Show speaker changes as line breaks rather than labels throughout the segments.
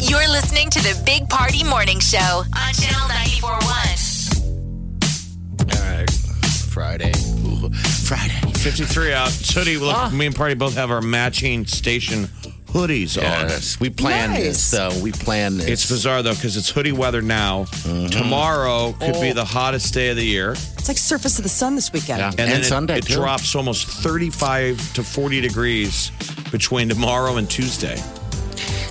You're listening to the Big Party Morning Show on Channel 94.1.
All right. Friday. Ooh, Friday. 53 out. Hoodie, look,
Ah.
me and Party both have our matching station hoodies on.
Yes, we planned this though. We planned this.
It's bizarre, though, because it's hoodie weather now.
Mm-hmm.
Tomorrow could
Oh.
be the hottest day of the year.
It's like surface of the sun this weekend.
Yeah.
And,
And
then it-
Sunday,
it,
too.
drops almost 35 to 40 degrees between tomorrow and Tuesday.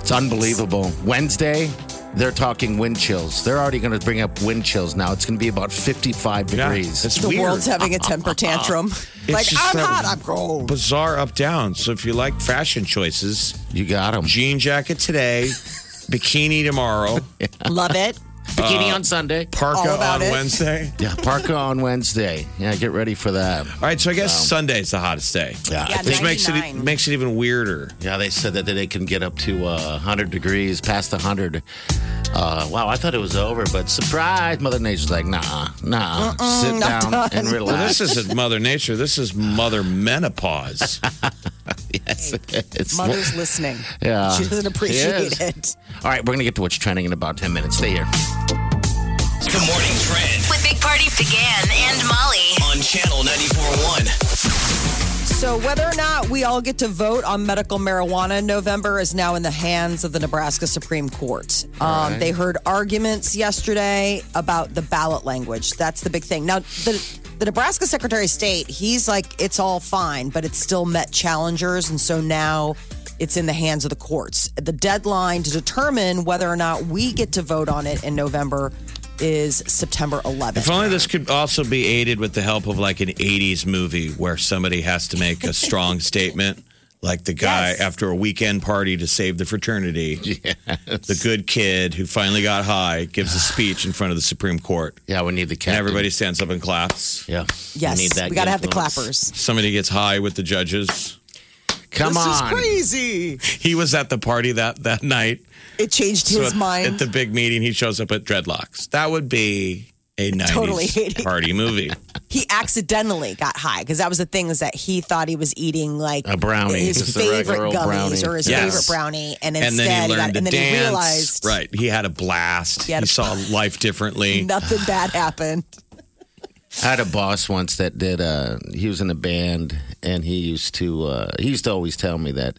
It's unbelievable. Wednesday, they're talking wind chills. They're already going to bring up wind chills now. It's going to be about 55
Yeah,
degrees.
it's
The
weird.
world's having a temper tantrum. like,
just
I'm
that-
hot, I'm cold.
Bizarre up down. So if you like fashion choices,
you got them.
jean jacket today, bikini tomorrow,
Love it.
Bikini on Sunday.
parka
All
on
about it.
Wednesday.
Yeah, parka on Wednesday. Yeah, get ready for that.
All right, so I guess Sunday's the hottest day.
Um, Yeah, I
Yeah,
think-
Which makes it e,
99.
makes it even weirder.
yeah, they said that they can get up to uh, 100 degrees, past 100. Uh, wow, I thought it was over, but surprise, Mother Nature's like, nah, nah, sit down and relax.
Uh-uh, Well, this isn't Mother Nature. This is Mother Menopause.
It's-
Mother's listening.
Yeah.
She doesn't appreciate
She is.
it.
All right, we're going to get to what's trending in about 10 minutes. Stay here.
The morning trend
With Big Party began and Molly.
on Channel 94.1.
So, whether or not we all get to vote on medical marijuana in November is now in the hands of the Nebraska Supreme Court. Um, They heard arguments yesterday about the ballot language. That's the big thing. Now, the the Nebraska Secretary of State, he's like, it's all fine, but it's still met challengers. And so now it's in the hands of the courts. The deadline to determine whether or not we get to vote on it in November is September 11th.
if only this could also be aided with the help of like an 80s movie where somebody has to make a strong statement. Like the guy
Yes.
after a weekend party to save the fraternity. The good kid who finally got high gives a speech in front of the Supreme Court.
Yeah, we need the
And
captain.
everybody stands up and claps.
Yeah.
yes,
need that
we got to have the
influence.
clappers.
Somebody gets high with the judges.
Come
this
on.
is crazy.
He was at the party that, that night.
It changed
So
his
at,
mind.
at the big meeting. He shows up at dreadlocks. That would be a 90s
Totally 80s.
party movie.
he accidentally got high because that was the thing is that he thought he was eating like
A brownie,
his
just a
favorite
regular old
gummies
brownie.
or his
Yes.
favorite brownie, and
and
instead
then he
got-
learned
and
to
then
dance.
he realized
right. He had a blast. He,
He had a-
saw life differently.
nothing bad happened.
I had a boss once that did. Uh, he was in a band, and he used to. Uh, he used to always tell me that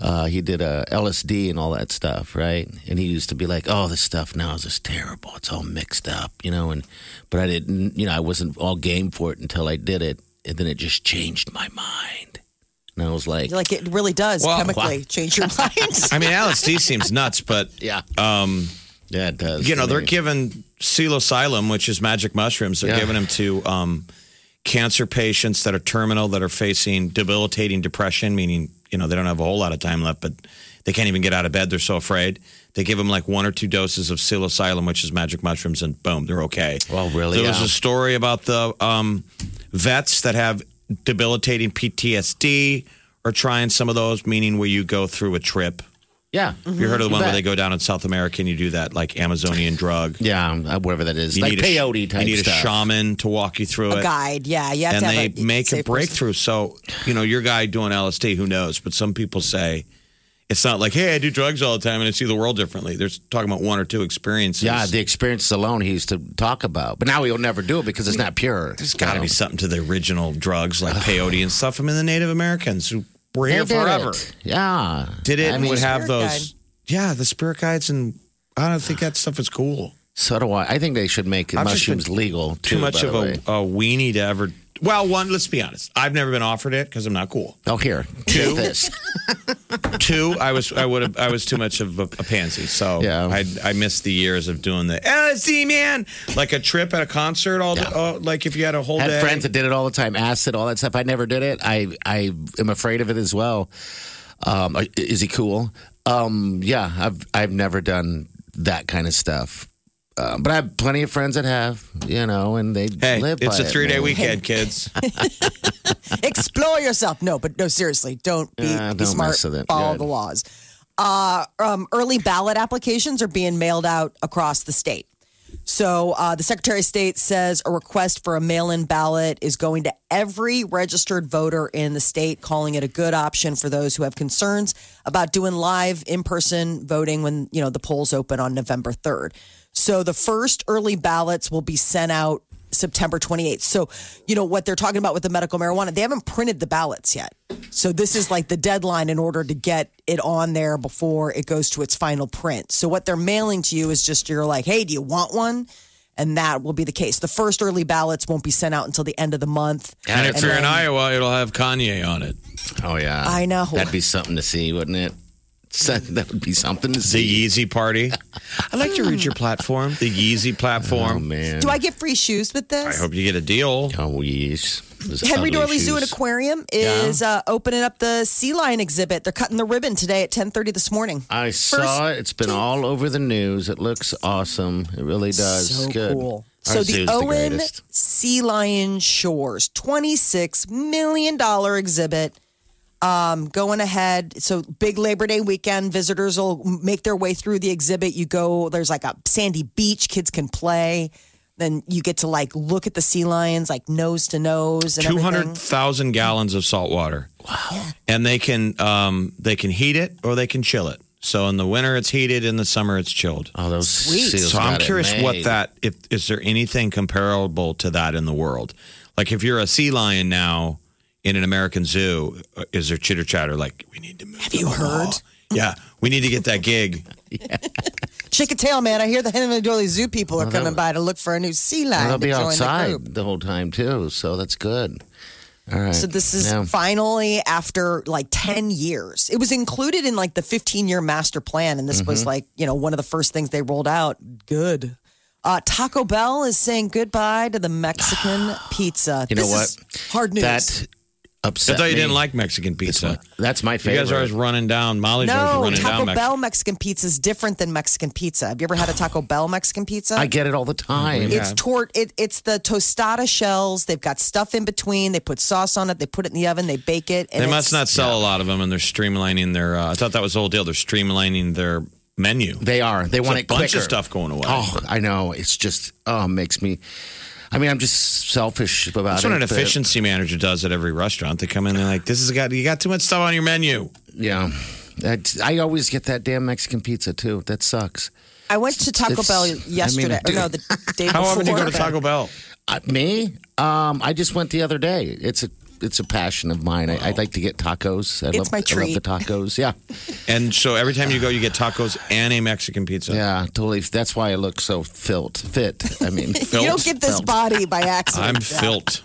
uh, he did uh, LSD and all that stuff, right? And he used to be like, "Oh, this stuff now is just terrible. It's all mixed up, you know." And but I didn't, you know, I wasn't all game for it until I did it, and then it just changed my mind. And I was like,
Like it really does
Well,
chemically change your mind.
I mean, LSD seems nuts, but
"Yeah,
um,
yeah, it does."
you know
I
they're
mean,
giving psilocybin, which is magic mushrooms. They're
Yeah.
giving them to um, cancer patients that are terminal, that are facing debilitating depression, meaning you know they don't have a whole lot of time left, but they can't even get out of bed. They're so afraid. They give them like one or two doses of psilocybin, which is magic mushrooms, and boom, they're okay.
Oh, really?
There was
Yeah.
a story about the um, vets that have debilitating PTSD or trying some of those, meaning where you go through a trip.
yeah.
You heard of the
Mm-hmm.
one where
bet.
they go down in South America and you do that like Amazonian drug?
Yeah, uh, whatever that is,
You
like
need a sh-
peyote type
You need
stuff.
a shaman to walk you through
a
it.
guide, yeah, you have
And
to
they
have a,
make a
safe person.
breakthrough. So, you know, your guy doing LSD, who knows? But some people say it's not like, hey, I do drugs all the time and I see the world differently. They're talking about one or two experiences.
Yeah, the experiences alone he used to talk about, but now he'll never do it because it's not pure.
There's got to be something to the original drugs like peyote and stuff. I mean, the Native Americans who were here
They did
forever
it. Yeah.
did it
I
and
mean,
would have
Spirit
those. Yeah, the spirit guides. And I don't think that stuff is cool.
So do I. I think they should make
I've just
mushrooms
been
legal. Too,
too much
by
of
the
a,
way.
a weenie to ever Well, one, let's be honest. I've never been offered it because I'm not cool.
Oh, here. Two. This.
Two, I was I would have I was too much of a, a pansy, so
Yeah.
I I missed the years of doing the LSD man like a trip at a concert all day, oh, like if you had a whole
I
day.
had friends that did it all the time, acid, all that stuff. I never did it. I I am afraid of it as well. Um, I- is he cool? Um, yeah, I've I've never done that kind of stuff, uh, but I have plenty of friends that have, you know, and they
hey,
live.
it's
by
a
it,
three day
man.
weekend, kids.
Explore yourself. No, but no, seriously, don't be,
Yeah,
be
don't
smart.
mess with it.
Follow
Good.
the laws. Uh, um, early ballot applications are being mailed out across the state. So uh, the Secretary of State says a request for a mail-in ballot is going to every registered voter in the state, calling it a good option for those who have concerns about doing live in-person voting when you know the polls open on November third. So the first early ballots will be sent out September 28th. So you know what they're talking about with the medical marijuana, they haven't printed the ballots yet. So this is like the deadline in order to get it on there before it goes to its final print. So what they're mailing to you is just you're like, hey, do you want one? And that will be the case. The first early ballots won't be sent out until the end of the month.
And if you're in
then-
Iowa, it'll have Kanye on it.
Oh yeah,
I know.
That'd be something to see, wouldn't it? So- That would be something to
The
see.
Yeezy party. I'd like to read your platform. The Yeezy
Oh
platform.
man.
Do I get free shoes with this?
I hope you get a deal.
Oh yes. Those ugly
Henry Dorley Zoo and
shoes.
Aquarium is uh, opening up the sea lion exhibit. They're cutting the ribbon today at 10:30 this morning.
I saw it. It's been all over the news. It looks awesome. It really does.
So
Good.
cool.
Our
so the
zoo's
Owen
greatest.
Sea Lion Shores, $26 million exhibit. Um, going ahead. So big Labor Day weekend, visitors will make their way through the exhibit. You go, there's like a sandy beach, kids can play. Then you get to like look at the sea lions, like nose to nose. And
two
everything.
hundred thousand gallons of salt water. Wow! And they can um, they can heat it or they can chill it. So in the winter it's heated, in the summer it's chilled.
Oh, those seals
So I'm
got it
curious what
made.
that if is there anything comparable to that in the world? Like if you're a sea lion now in an American zoo, uh, is there chitter chatter like we need to move? Have
you heard?
Yeah, we need to get that gig.
Shake a tail, man. I hear the Henry Dorley Zoo people are
Well, that
coming
would-
by to look for a new sea lion.
Well, they'll be
to join The
outside
group.
the, whole time too, so that's good. All right.
So this is
Now,
finally after like 10 years. It was included in like the 15 year master plan. And this was
Mm-hmm.
like, you know, one of the first things they rolled out. Good. Uh, Taco Bell is saying goodbye to the Mexican pizza.
you know
This
what?
is hard news.
That upset.
I thought you
me.
didn't like Mexican
That's
pizza.
my, that's my
You
favorite.
guys are always running down. Molly's always
no,
running
Taco
down. Mex-
Bell Mexican pizza is different than Mexican pizza. Have you ever had a Taco Bell Mexican pizza?
I get it all the time.
It's tort. It, it's the tostada shells. They've got stuff in between. They put sauce on it. They put it in the oven. They bake it. And
They
it's-
must not sell a lot of them, and they're streamlining their. Uh, I thought that was the whole deal. They're streamlining their menu.
They are. They want
a
it
bunch
quicker.
of stuff going away.
Oh, I know. It's just oh, it makes me. I mean, I'm just selfish about
That's
it.
what an
but-
efficiency manager does at every restaurant. They come in, they're like, "This has got you got too much stuff on your menu."
Yeah. That's- I always get that damn Mexican pizza too. That sucks.
I went to Taco
It's-
Bell
I mean,
yesterday. or no, the day
How
before.
often do you go to Taco Bell?
Uh, me? Um, I just went the other day. It's a it's a passion of mine. I, I'd like to get tacos. I
It's
love,
my
I love the tacos. Yeah,
And so every time you go, you get tacos and a Mexican pizza.
yeah, totally. That's why I look so filt, fit. I mean,
You don't
filt,
get this
filt.
body by
I'm
accident.
filt.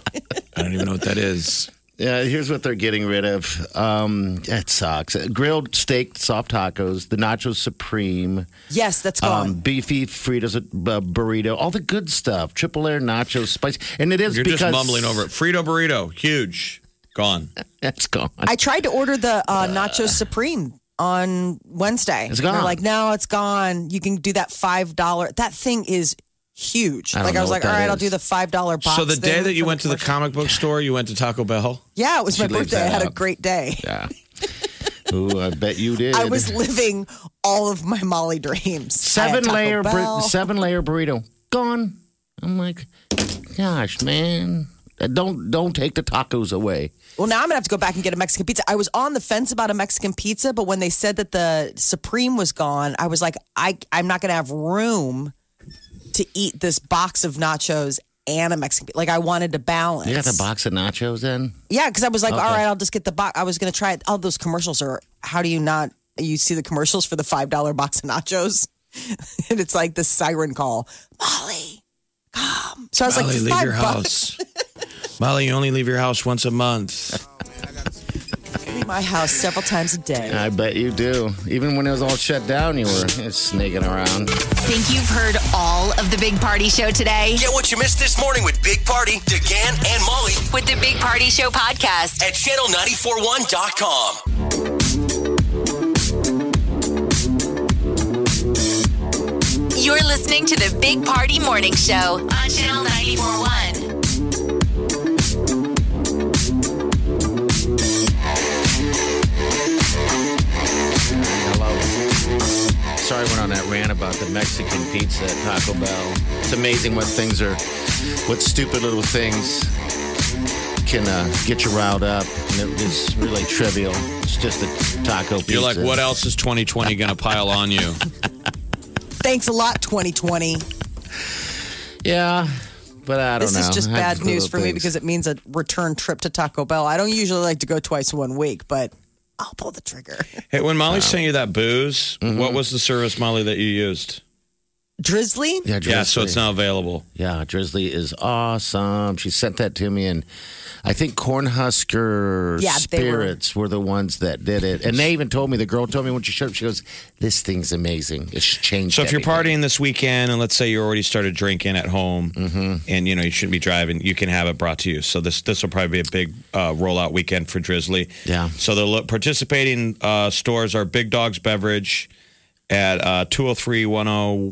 I don't even know what that is.
Yeah, here's what they're getting rid of. Um, that sucks. Grilled steak, soft tacos, the nacho supreme,
yes, that's gone.
um, beefy Fritos uh, burrito, all the good stuff. Triple air nacho spicy, and it is
You're
because
just mumbling over it. Frito burrito, huge, gone.
That's gone.
I tried to order the uh, Nacho Supreme on Wednesday.
It's
And
gone.
They're like, no, it's gone. You can do that five dollar. That thing is huge.
I don't
like I
know
was like,
what
all
that
right, I'll do
is.
the five dollar box.
So the day
thing
that you
for
went to the
commercial.
comic book store, you went to Taco Bell.
yeah, it was my
She leaves
birthday. I
that
had a
out.
great day.
Yeah. Ooh, I bet you did.
I was living all of my Molly dreams. I had
seven
Taco
layer bur-
Bell.
seven layer burrito gone. I'm like, gosh, man, Uh, don't don't take the tacos away.
Well, now I'm gonna have to go back and get a Mexican pizza. I was on the fence about a Mexican pizza, but when they said that the supreme was gone, I was like, I I'm not gonna have room to eat this box of nachos and a Mexican. pi- Like I wanted to balance.
You got a box of nachos then?
Yeah, because I was like, all right, I'll just get the box. I was gonna try it. All those commercials are. How do you not? You see the commercials for the five dollar box of nachos, and it's like this siren call, Molly, come. So I was
Molly,
like,
leave
five
your
bucks.
house. Molly, you only leave your house once a month.
Leave my house several times a day.
I bet you do. Even when it was all shut down, you were sneaking around.
Think you've heard all of the Big Party Show today?
Get what you missed this morning with Big Party, DeGan, and Molly
With the Big Party Show podcast.
at channel941.com.
You're listening to the Big Party Morning Show on Channel 941.
Sorry, I went on that rant about the Mexican pizza at Taco Bell. It's amazing what things are, what stupid little things can uh, get you riled up. And it is really trivial. It's just a taco pizza.
You're like, what else is 2020 going to pile on you?
Thanks a lot, 2020.
Yeah, but I don't
This
know.
is just
I have
bad news
little
for me
things.
because it means a return trip to Taco Bell. I don't usually like to go twice in one week, but I'll pull the trigger.
Hey, when Molly sent you that booze, what was the service, Molly, that you used?
Drizzly?
yeah, drizzly.
Yeah, so it's now available.
Yeah, Drizzly is awesome. She sent that to me, and I think Cornhusker
Yeah, they were-
Spirits were. the ones that did it. And they even told me the girl told me when she showed up, she goes, "This thing's amazing. It's changed."
So if you're
everything."
partying this weekend, and let's say you already started drinking at home,
Mm-hmm.
and you know you shouldn't be driving, you can have it brought to you. So this this will probably be a big uh, rollout weekend for Drizzly.
Yeah.
So the lo- participating uh, stores are Big Dog's Beverage at uh, 20310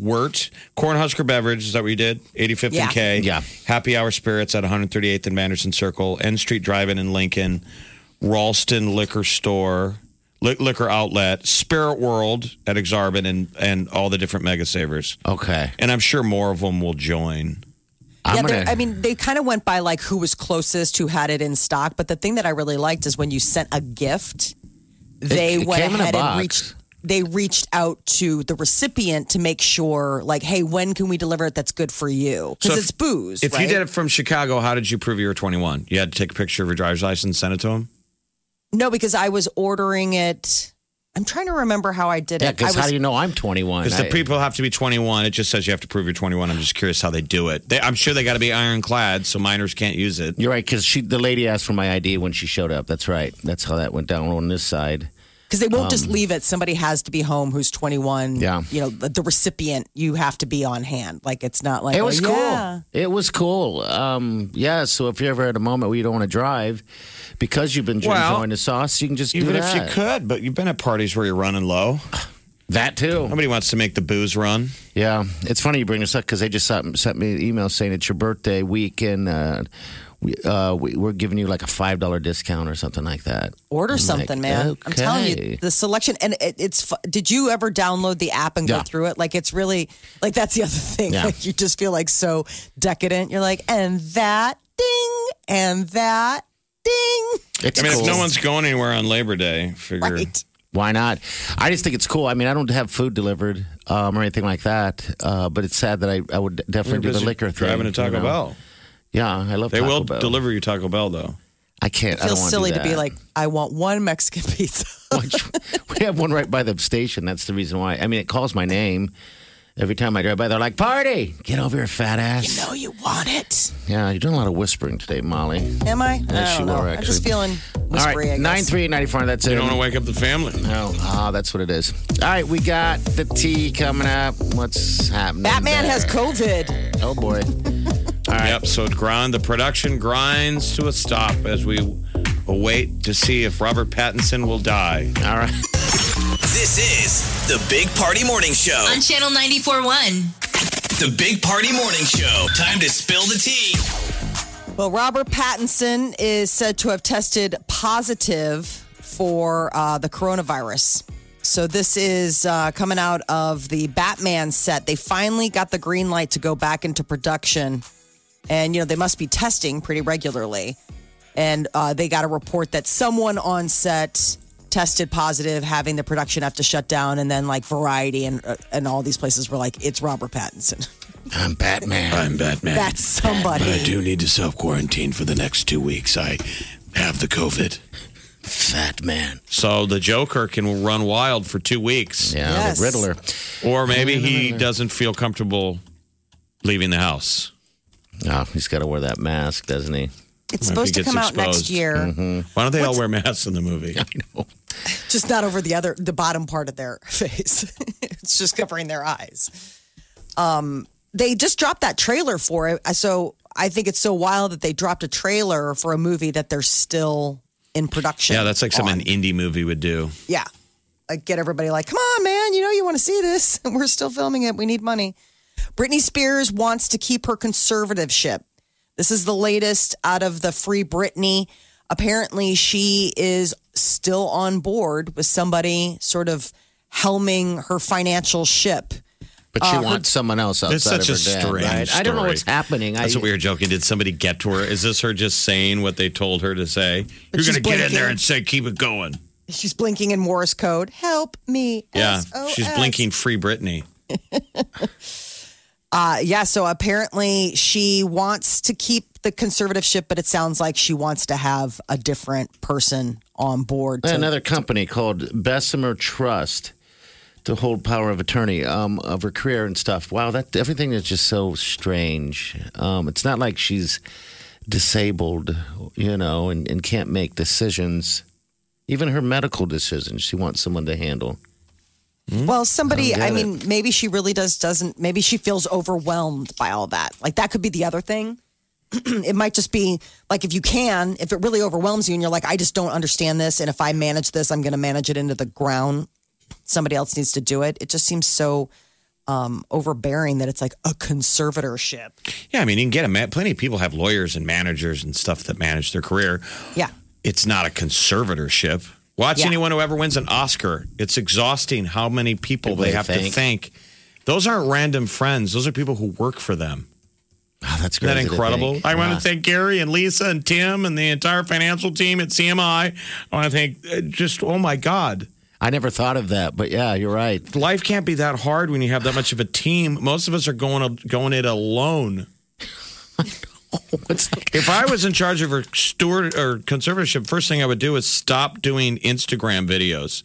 Wirt, Cornhusker Beverage, is that what you did? 85th and K.
Yeah.
Happy Hour Spirits at 138th and Manderson Circle, N Street Drive-In in Lincoln, Ralston Liquor Store, li- Liquor Outlet, Spirit World at Exarban, and and all the different mega savers.
okay,
And I'm sure more of them will join.
I'm
yeah,
gonna.
they're- I mean, they kind of went by like who was closest, who had it in stock. But the thing that I really liked is when you sent a gift, they
it
went
came in a
ahead and
box.
reached. They reached out to the recipient to make sure, like, hey, when can we deliver it? That's good for you
So
because
if-
it's booze.
If you
right?
did it from Chicago, how did you prove you were 21? You had to take a picture of your driver's license, send it to them.
no, because I was ordering it. I'm trying to remember how I did
yeah,
it. I
because how
was-
do you know I'm 21?
Because the
I-
people have to be 21. It just says you have to prove you're 21. I'm just curious how they do it. They, I'm sure they got to be ironclad, so minors can't use it.
You're right, because she the lady asked for my ID when she showed up. That's right. That's how that went down on this side.
Because they won't just leave it. Somebody has to be home who's
Um,
21.
Yeah.
You know, the, the recipient, you have to be on hand. Like, it's not like,
It was
oh,
cool.
yeah.
It was cool. Um, yeah. So if you're ever at a moment where you don't want to drive because you've been
Well,
enjoying the sauce, you can just
Even
do
if
that.
you could, but you've been at parties where you're running low.
That too.
Nobody wants to make the booze run.
Yeah, it's funny you bring this up because they just sent, sent me an email saying it's your birthday week and uh, we, uh, we, we're giving you like a five dollar discount or something like that.
Order something, man. I'm telling you,
okay.
the selection. And it, it's, fu- did you ever download the app and go
Yeah.
through it? Like, it's really, like, that's the other thing.
Yeah.
Like, you just feel like so decadent. You're like, and that ding, and that ding.
It's
I mean,
cool.
if no one's going anywhere on Labor Day, figure.
Right.
Why not? I just think it's cool. I mean, I don't have food delivered um, or anything like that, uh, but it's sad that I, I would
You're
definitely do the
busy
liquor thing.
driving to Taco
you know?
Bell.
Yeah, I love.
They
Taco
will
Bell.
deliver you Taco Bell though.
I can't. I don't
feels
wanna do
silly to be
that.
like, I want one Mexican pizza.
we have one right by the station. That's the reason why. I mean, it calls my name every time I drive by. They're like, "Party, get over here, fat ass."
no, you want it.
Yeah, you're doing a lot of whispering today, Molly.
Am I?
Yes,
I
you
don't know.
are,
I'm just
actually.
feeling
All
whispery. I
right,
guess.
nine three ninety four. That's it.
You don't want to wake up the family.
No, ah, that's what it is. All right, we got the tea coming up. What's happening?
Batman
there?
has COVID.
Oh boy.
Yep. So it grind the production grinds to a stop as we await to see if Robert Pattinson will die.
All right.
This is the Big Party Morning Show.
On Channel 941.
The Big Party Morning Show. Time to spill the tea.
Well, Robert Pattinson is said to have tested positive for uh, the coronavirus. So this is uh, coming out of the Batman set. They finally got the green light to go back into production, and you know they must be testing pretty regularly. And uh, they got a report that someone on set tested positive, having the production have to shut down. And then like Variety and uh, and all these places were like, "It's Robert Pattinson.
I'm Batman.
I'm Batman.
That's somebody."
I do need to self quarantine for the next two weeks. I have the COVID.
Fat man.
So the Joker can run wild for two weeks,
Yeah,
Yes.
the Riddler.
or maybe he doesn't feel comfortable leaving the house.
Oh, he's got to wear that mask, doesn't he?
It's
Or if
supposed
he
to
gets
come out
exposed.
next
Mm-hmm.
year,
Why don't they all wear masks in the movie?
just not over the other the bottom part of their face. it's just covering their eyes. Um, they just dropped that trailer for it, so I think it's so wild that they dropped a trailer for a movie that they're still in production.
Yeah, that's like something
on.
an indie movie would do.
Yeah. Like get everybody like, come on, man, you know you want to see this. We're still filming it. We need money. Britney Spears wants to keep her conservativeship. This is the latest out of the Free Britney. Apparently, she is still on board with somebody sort of helming her financial ship.
But
Uh,
she wants someone else outside
It's such
of
a
her dad,
strange
right? I don't know
story.
what's happening.
That's
I,
what we were joking. Did somebody get to her? Is this her just saying what they told her to say?
But
You're
she's
going to get in
blinking.
there and say, keep it going.
She's blinking in Morse code. Help me.
Yeah,
SOS.
she's blinking free Britney.
Uh, yeah, so apparently she wants to keep the conservativeship, but it sounds like she wants to have a different person on board. to-
another company called Bessemer Trust to hold power of attorney um, of her career and stuff. Wow, that everything is just so strange. Um, it's not like she's disabled, you know, and, and can't make decisions. Even her medical decisions, she wants someone to handle.
Well, somebody, I,
Hmm? I don't get
mean, maybe she really does doesn't maybe she feels overwhelmed by all that. Like that could be the other thing. it might just be like if you can, if it really overwhelms you and you're like I just don't understand this and if I manage this, I'm going to manage it into the ground. Somebody else needs to do it. It just seems so um, overbearing that it's like a conservatorship.
Yeah, I mean, you can get a man. Plenty of people have lawyers and managers and stuff that manage their career.
Yeah.
It's not a conservatorship. Watch
Yeah.
anyone who ever wins an Oscar. It's exhausting how many people
People
they
they
have to
thank.
thank. Those aren't random friends. Those are people who work for them.
Wow, that's
Isn't
crazy
that
to
incredible?
think.
I want
Wow.
to thank Gary and Lisa and Tim and the entire financial team at CMI. I want to thank uh, just, oh my God.
I never thought of that, but yeah, you're right.
Life can't be that hard when you have that much of a team. Most of us are going going it alone.
What's
If I was in charge of a steward or conservatorship, first thing I would do is stop doing Instagram videos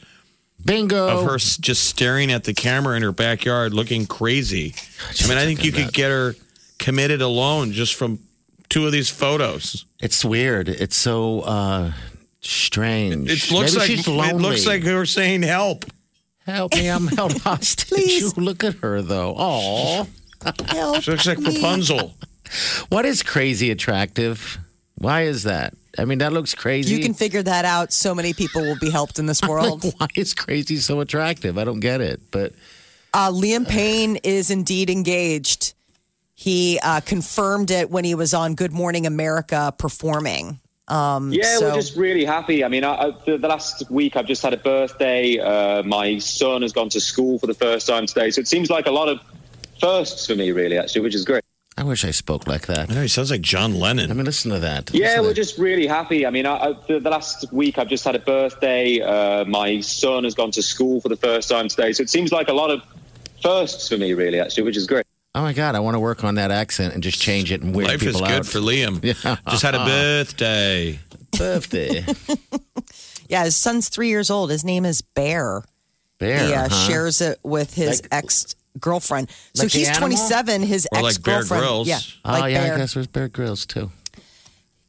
bingo?
of her s- just staring at the camera in her backyard looking crazy. I mean, I think you could get her committed alone just from two of these photos.
It's weird. It's so uh, strange.
It looks
Maybe
like
she's
it
lonely.
looks like her saying help.
Help me, I'm held hostage.
Please.
You Look at her though. Oh,
Help
She looks like
me.
Rapunzel.
what is crazy attractive? Why is that? I mean, that looks crazy.
You can figure that out. So many people will be helped in this
like,
world.
why is crazy so attractive? I don't get it. But
Uh, Liam Payne is indeed engaged. He uh, confirmed it when he was on Good Morning America performing. Um,
Yeah,
so
we're just really happy. I mean, I, I, the, the last week I've just had a birthday. Uh, my son has gone to school for the first time today, so it seems like a lot of firsts for me, really, actually, which is great.
I wish I spoke like that.
I know he sounds like John Lennon.
I mean, listen to that. Listen
Yeah,
to
we're
that.
just really happy. I mean, I, I, the, the last week I've just had a birthday. Uh, my son has gone to school for the first time today, so it seems like a lot of firsts for me, really, actually, which is great.
Oh my god, I want to work on that accent and just change it and weird
Life is
people
good
out.
for Liam.
Yeah.
Just had a birthday.
birthday.
yeah, his son's three years old. His name is Bear.
Bear.
he uh,
huh?
shares it with his ex girlfriend. So
Like the
he's
animal?
27. His
Or
ex
like Bear
girlfriend.
Grylls.
Yeah,
Oh
like
yeah,
Bear.
I guess there's Bear Grylls too.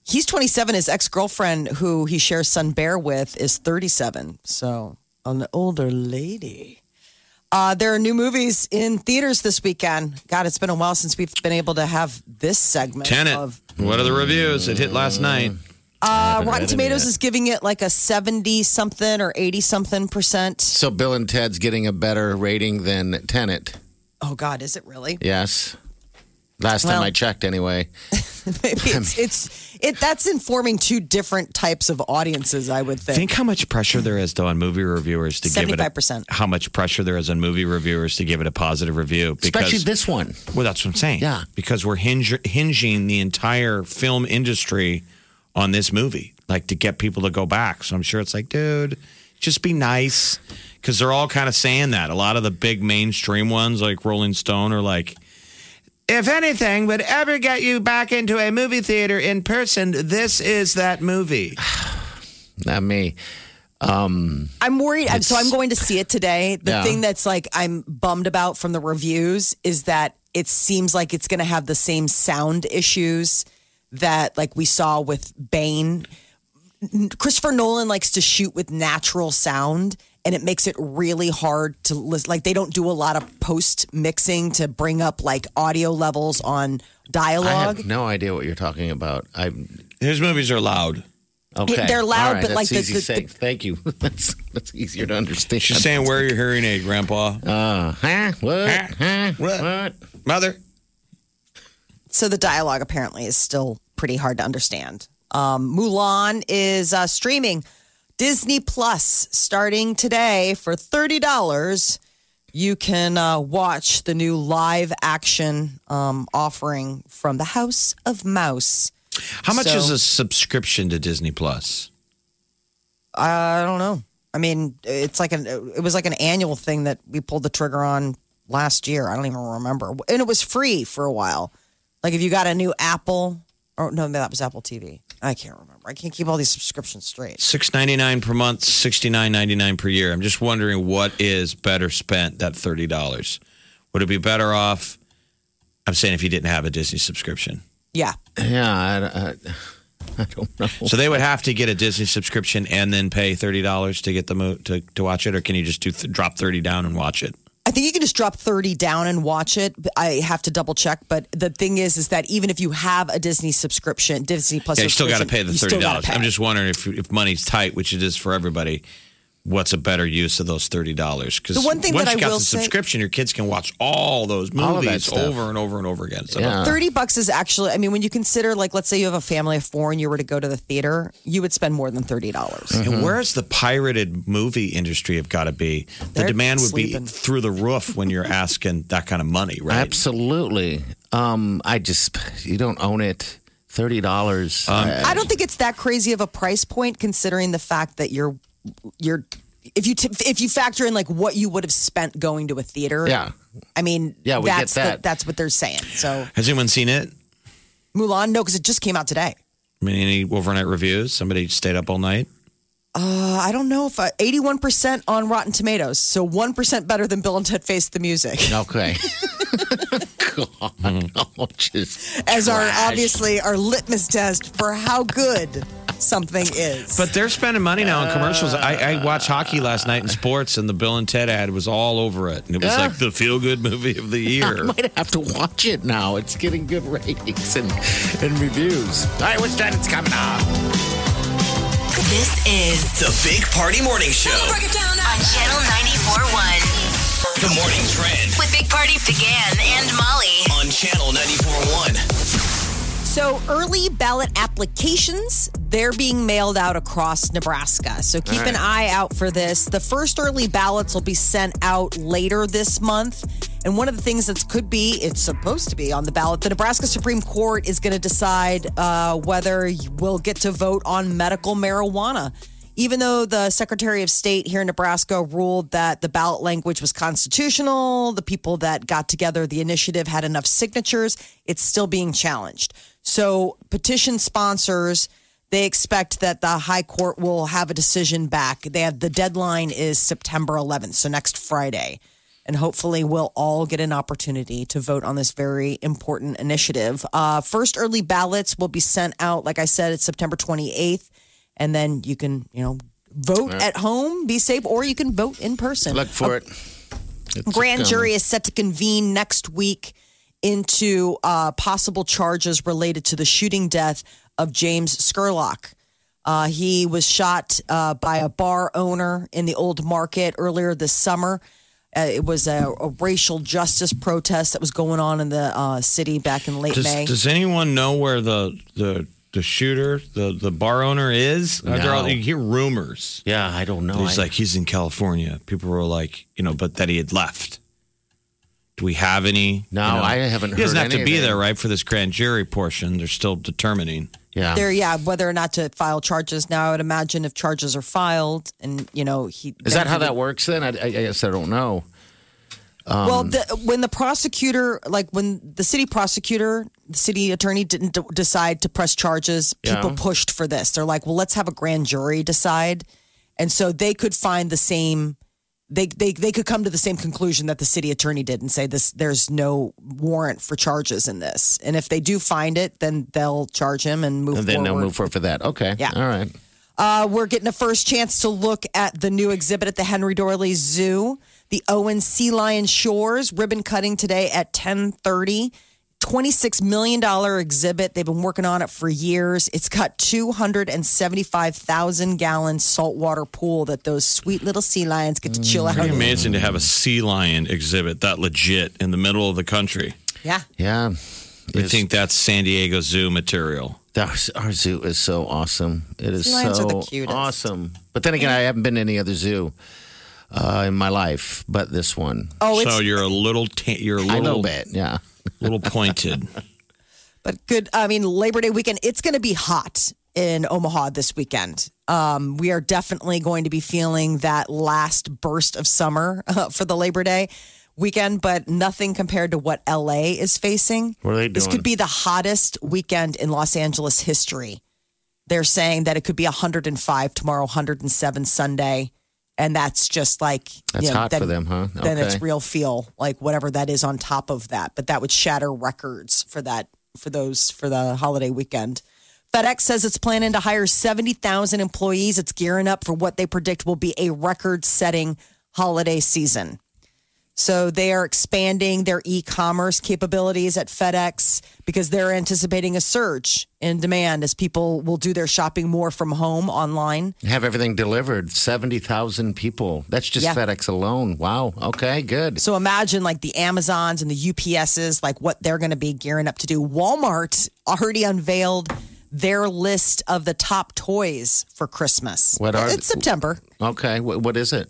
He's 27. His ex girlfriend, who he shares son Bear with, is 37. So an older lady. Uh, there are new movies in theaters this weekend. God, it's been a while since we've been able to have this segment.
Tenant.
of
What are the reviews? It hit last night.
Mm.
uh,
haven't
Rotten
read it
Tomatoes
yet.
is giving it like a 70 something or 80 something percent.
So Bill and Ted's getting a better rating than Tenet.
Oh God, is it really?
Yes. Last time
Well-
I checked, anyway.
Maybe it's, it's it. That's informing two different types of audiences. I would think.
Think how much pressure there is though on movie reviewers to give it a,
75%.
How much pressure there is on movie reviewers to give it a positive review? Because
Especially this one.
well, that's what I'm saying.
Yeah.
because we're hinge, hinging the entire film industry on this movie, like to get people to go back. So I'm sure it's like, dude, just be nice, because they're all kind of saying that. A lot of the big mainstream ones, like Rolling Stone, are like. If anything would ever get you back into a movie theater in person, this is that movie.
Not me.
I'm worried. I'm, so I'm going to see it today. The
Yeah.
thing that's like I'm bummed about from the reviews is that it seems like it's going to have the same sound issues that like we saw with Bane. N- Christopher Nolan likes to shoot with natural sound and it makes it really hard to listen. Like they don't do a lot of post mixing to bring up like audio levels on
I
dialogue.
have no idea what you're talking about. I'm
His movies are loud.
okay.
they're loud,
All right,
but
that's
like the-
easy
the-
saying. Thank you. that's that's easier to understand.
She's saying, "Wear your hearing aid, Grandpa,
uh, huh? What? Huh?
What?
What?
Mother."
so the dialogue apparently is still pretty hard to understand. Um, Mulan is uh, streaming Disney Plus starting today for thirty dollars. You can uh, watch the new live action um, offering from the House of Mouse.
How much
So-
is a subscription to Disney Plus?
I don't know. I mean, it's like an it was like an annual thing that we pulled the trigger on last year. I don't even remember, and it was free for a while. Like if you got a new Apple, or no, that was Apple TV. I can't remember. I can't keep all these subscriptions straight.
Six ninety nine per month, sixty nine ninety nine per year. I'm just wondering what is better spent that thirty dollars. Would it be better off? I'm saying if you didn't have a Disney subscription,
Yeah,
Yeah, I, I, I don't know.
so they would have to get a Disney subscription and then pay thirty dollars to get the mo- to to watch it, or can you just do th- drop thirty down and watch it?
I think you can just drop thirty down and watch it. But I have to double check, but the thing is, is that even if you have a Disney subscription, Disney Plus,
Yeah, you still got to
subscription,
pay the
you
thirty
still gotta
dollars.
pay.
I'm just wondering if if money's tight, which it is for everybody, what's a better use of those thirty dollars? Because
The one thing
once
that
you
I
got
will
the
say-
subscription, your kids can watch all those
All of that
movies
stuff.
over and over and over again. So
Yeah.
30 bucks is actually i mean when you consider like let's say you have a family of four and you were to go to the theater you would spend more than $30 dollars
And where's the pirated movie industry have got to be? The
They're
demand would
sleeping.
be through the roof when you're asking that kind of money, right?
Absolutely. Um, I just you don't own it. Thirty dollars. Uh,
i don't think it's that crazy of a price point considering the fact that you're you're if you t- if you factor in like what you would have spent going to a theater
yeah.
i mean
Yeah, we
that's
get
the-
that.
that's what they're saying so
Has anyone seen it?
mulan no because it just came out today
I mean, any overnight reviews? Somebody stayed up all night.
uh, i don't know if I, 81% on rotten tomatoes so 1% better than bill and ted face the music
Okay. God,
Mm-hmm.
oh, just
as our
trash.
obviously our litmus test for how good something is.
But they're spending money now on commercials. I, I watched hockey last night in sports, and the Bill and Ted ad was all over it, and it was
Yeah.
like the feel-good movie of the
I
year.
might have to watch it now. It's getting good ratings and, and reviews. All right, what's that? It's coming up.
This is
The Big Party Morning Show.
on Channel 94.1
The Morning Trend
with Big Party began and Molly.
on Channel 94.1.
so early ballot applications, they're being mailed out across Nebraska. So keep an eye out for this. The first early ballots will be sent out later this month. And one of the things that could be, it's supposed to be on the ballot, the Nebraska Supreme Court is going to decide uh, whether we'll get to vote on medical marijuana. even though the Secretary of State here in Nebraska ruled that the ballot language was constitutional, the people that got together the initiative had enough signatures, it's still being challenged. So, petition sponsors, they expect that the high court will have a decision back. They have the deadline is September 11th, so next Friday. And hopefully, we'll all get an opportunity to vote on this very important initiative. Uh, first early ballots will be sent out, like I said, it's September 28th. And then you can, you know, vote at home, be safe, or you can vote in person.
Look for it. It's
Grand
coming.
jury is set to convene next week into uh, possible charges related to the shooting death of James Skurlock. Uh, he was shot uh, by a bar owner in the old market earlier this summer. Uh, it was a, a racial justice protest that was going on in the uh, city back in late May.
Does, does anyone know where the the the shooter, the the bar owner is? Are there all,
No.
you hear rumors.
Yeah, I don't know.
He's
I-
like he's in California. People were like, you know, but that he had left. Do we have any?
No,
you know?
I haven't
He doesn't
heard
have to be
anything.
there, right, for this grand jury portion. They're still determining.
yeah.
there, yeah, whether or not to file charges now, I would imagine if charges are filed, and you know, he
Is that how that works then? I, I I guess I don't know.
well,
um,
the, when the prosecutor, like when the city prosecutor, the city attorney didn't d- decide to press charges, people
Yeah.
pushed for this. They're like, well, let's have a grand jury decide. And so they could find the same they, they they could come to the same conclusion that the city attorney did and say this there's no warrant for charges in this. And if they do find it, then they'll charge him and move
And then
forward.
they'll move forward for that. Okay.
Yeah.
All right.
Uh, we're getting a first chance to look at the new exhibit at the Henry Dorley Zoo, the Owen Sea Lion Shores ribbon cutting today at 10:30. $26 million exhibit. They've been working on it for years. It's got 275,000 gallon saltwater pool that those sweet little sea lions get to chill out
Mm, Pretty
in.
amazing to have a sea lion exhibit that legit in the middle of the country.
Yeah.
Yeah.
I
It's-
think that's San Diego Zoo material.
Our, our zoo is so awesome. It is
lions
so
are the cutest.
awesome. But then again, I haven't been to any other zoo uh, in my life, but this one.
Oh, it's
so you're a little, ta- you're a
I know
little,
that. Yeah.
little pointed.
But good. I mean, Labor Day weekend, it's going to be hot in Omaha this weekend. Um, we are definitely going to be feeling that last burst of summer uh, for the Labor Day weekend, but nothing compared to what LA is facing.
What are they
This
doing?
could be the hottest weekend in Los Angeles history. They're saying that it could be 105 tomorrow, 107 Sunday. And that's just like
That's hot for them, huh?
Then it's
Okay.
real feel like whatever that is on top of that but that would shatter records for that for those for the holiday weekend fedex says it's planning to hire 70000 employees it's gearing up for what they predict will be a record setting holiday season so they are expanding their e-commerce capabilities at fedex because they're anticipating a surge in demand as people will do their shopping more from home online
Have everything delivered. 70,000 people. That's just
Yeah.
FedEx alone. Wow. Okay. Good.
So imagine like the Amazons and the UPSs, like what they're going to be gearing up to do. Walmart already unveiled their list of the top toys for Christmas.
What are
it's
the-
September.
Okay. What, what is it?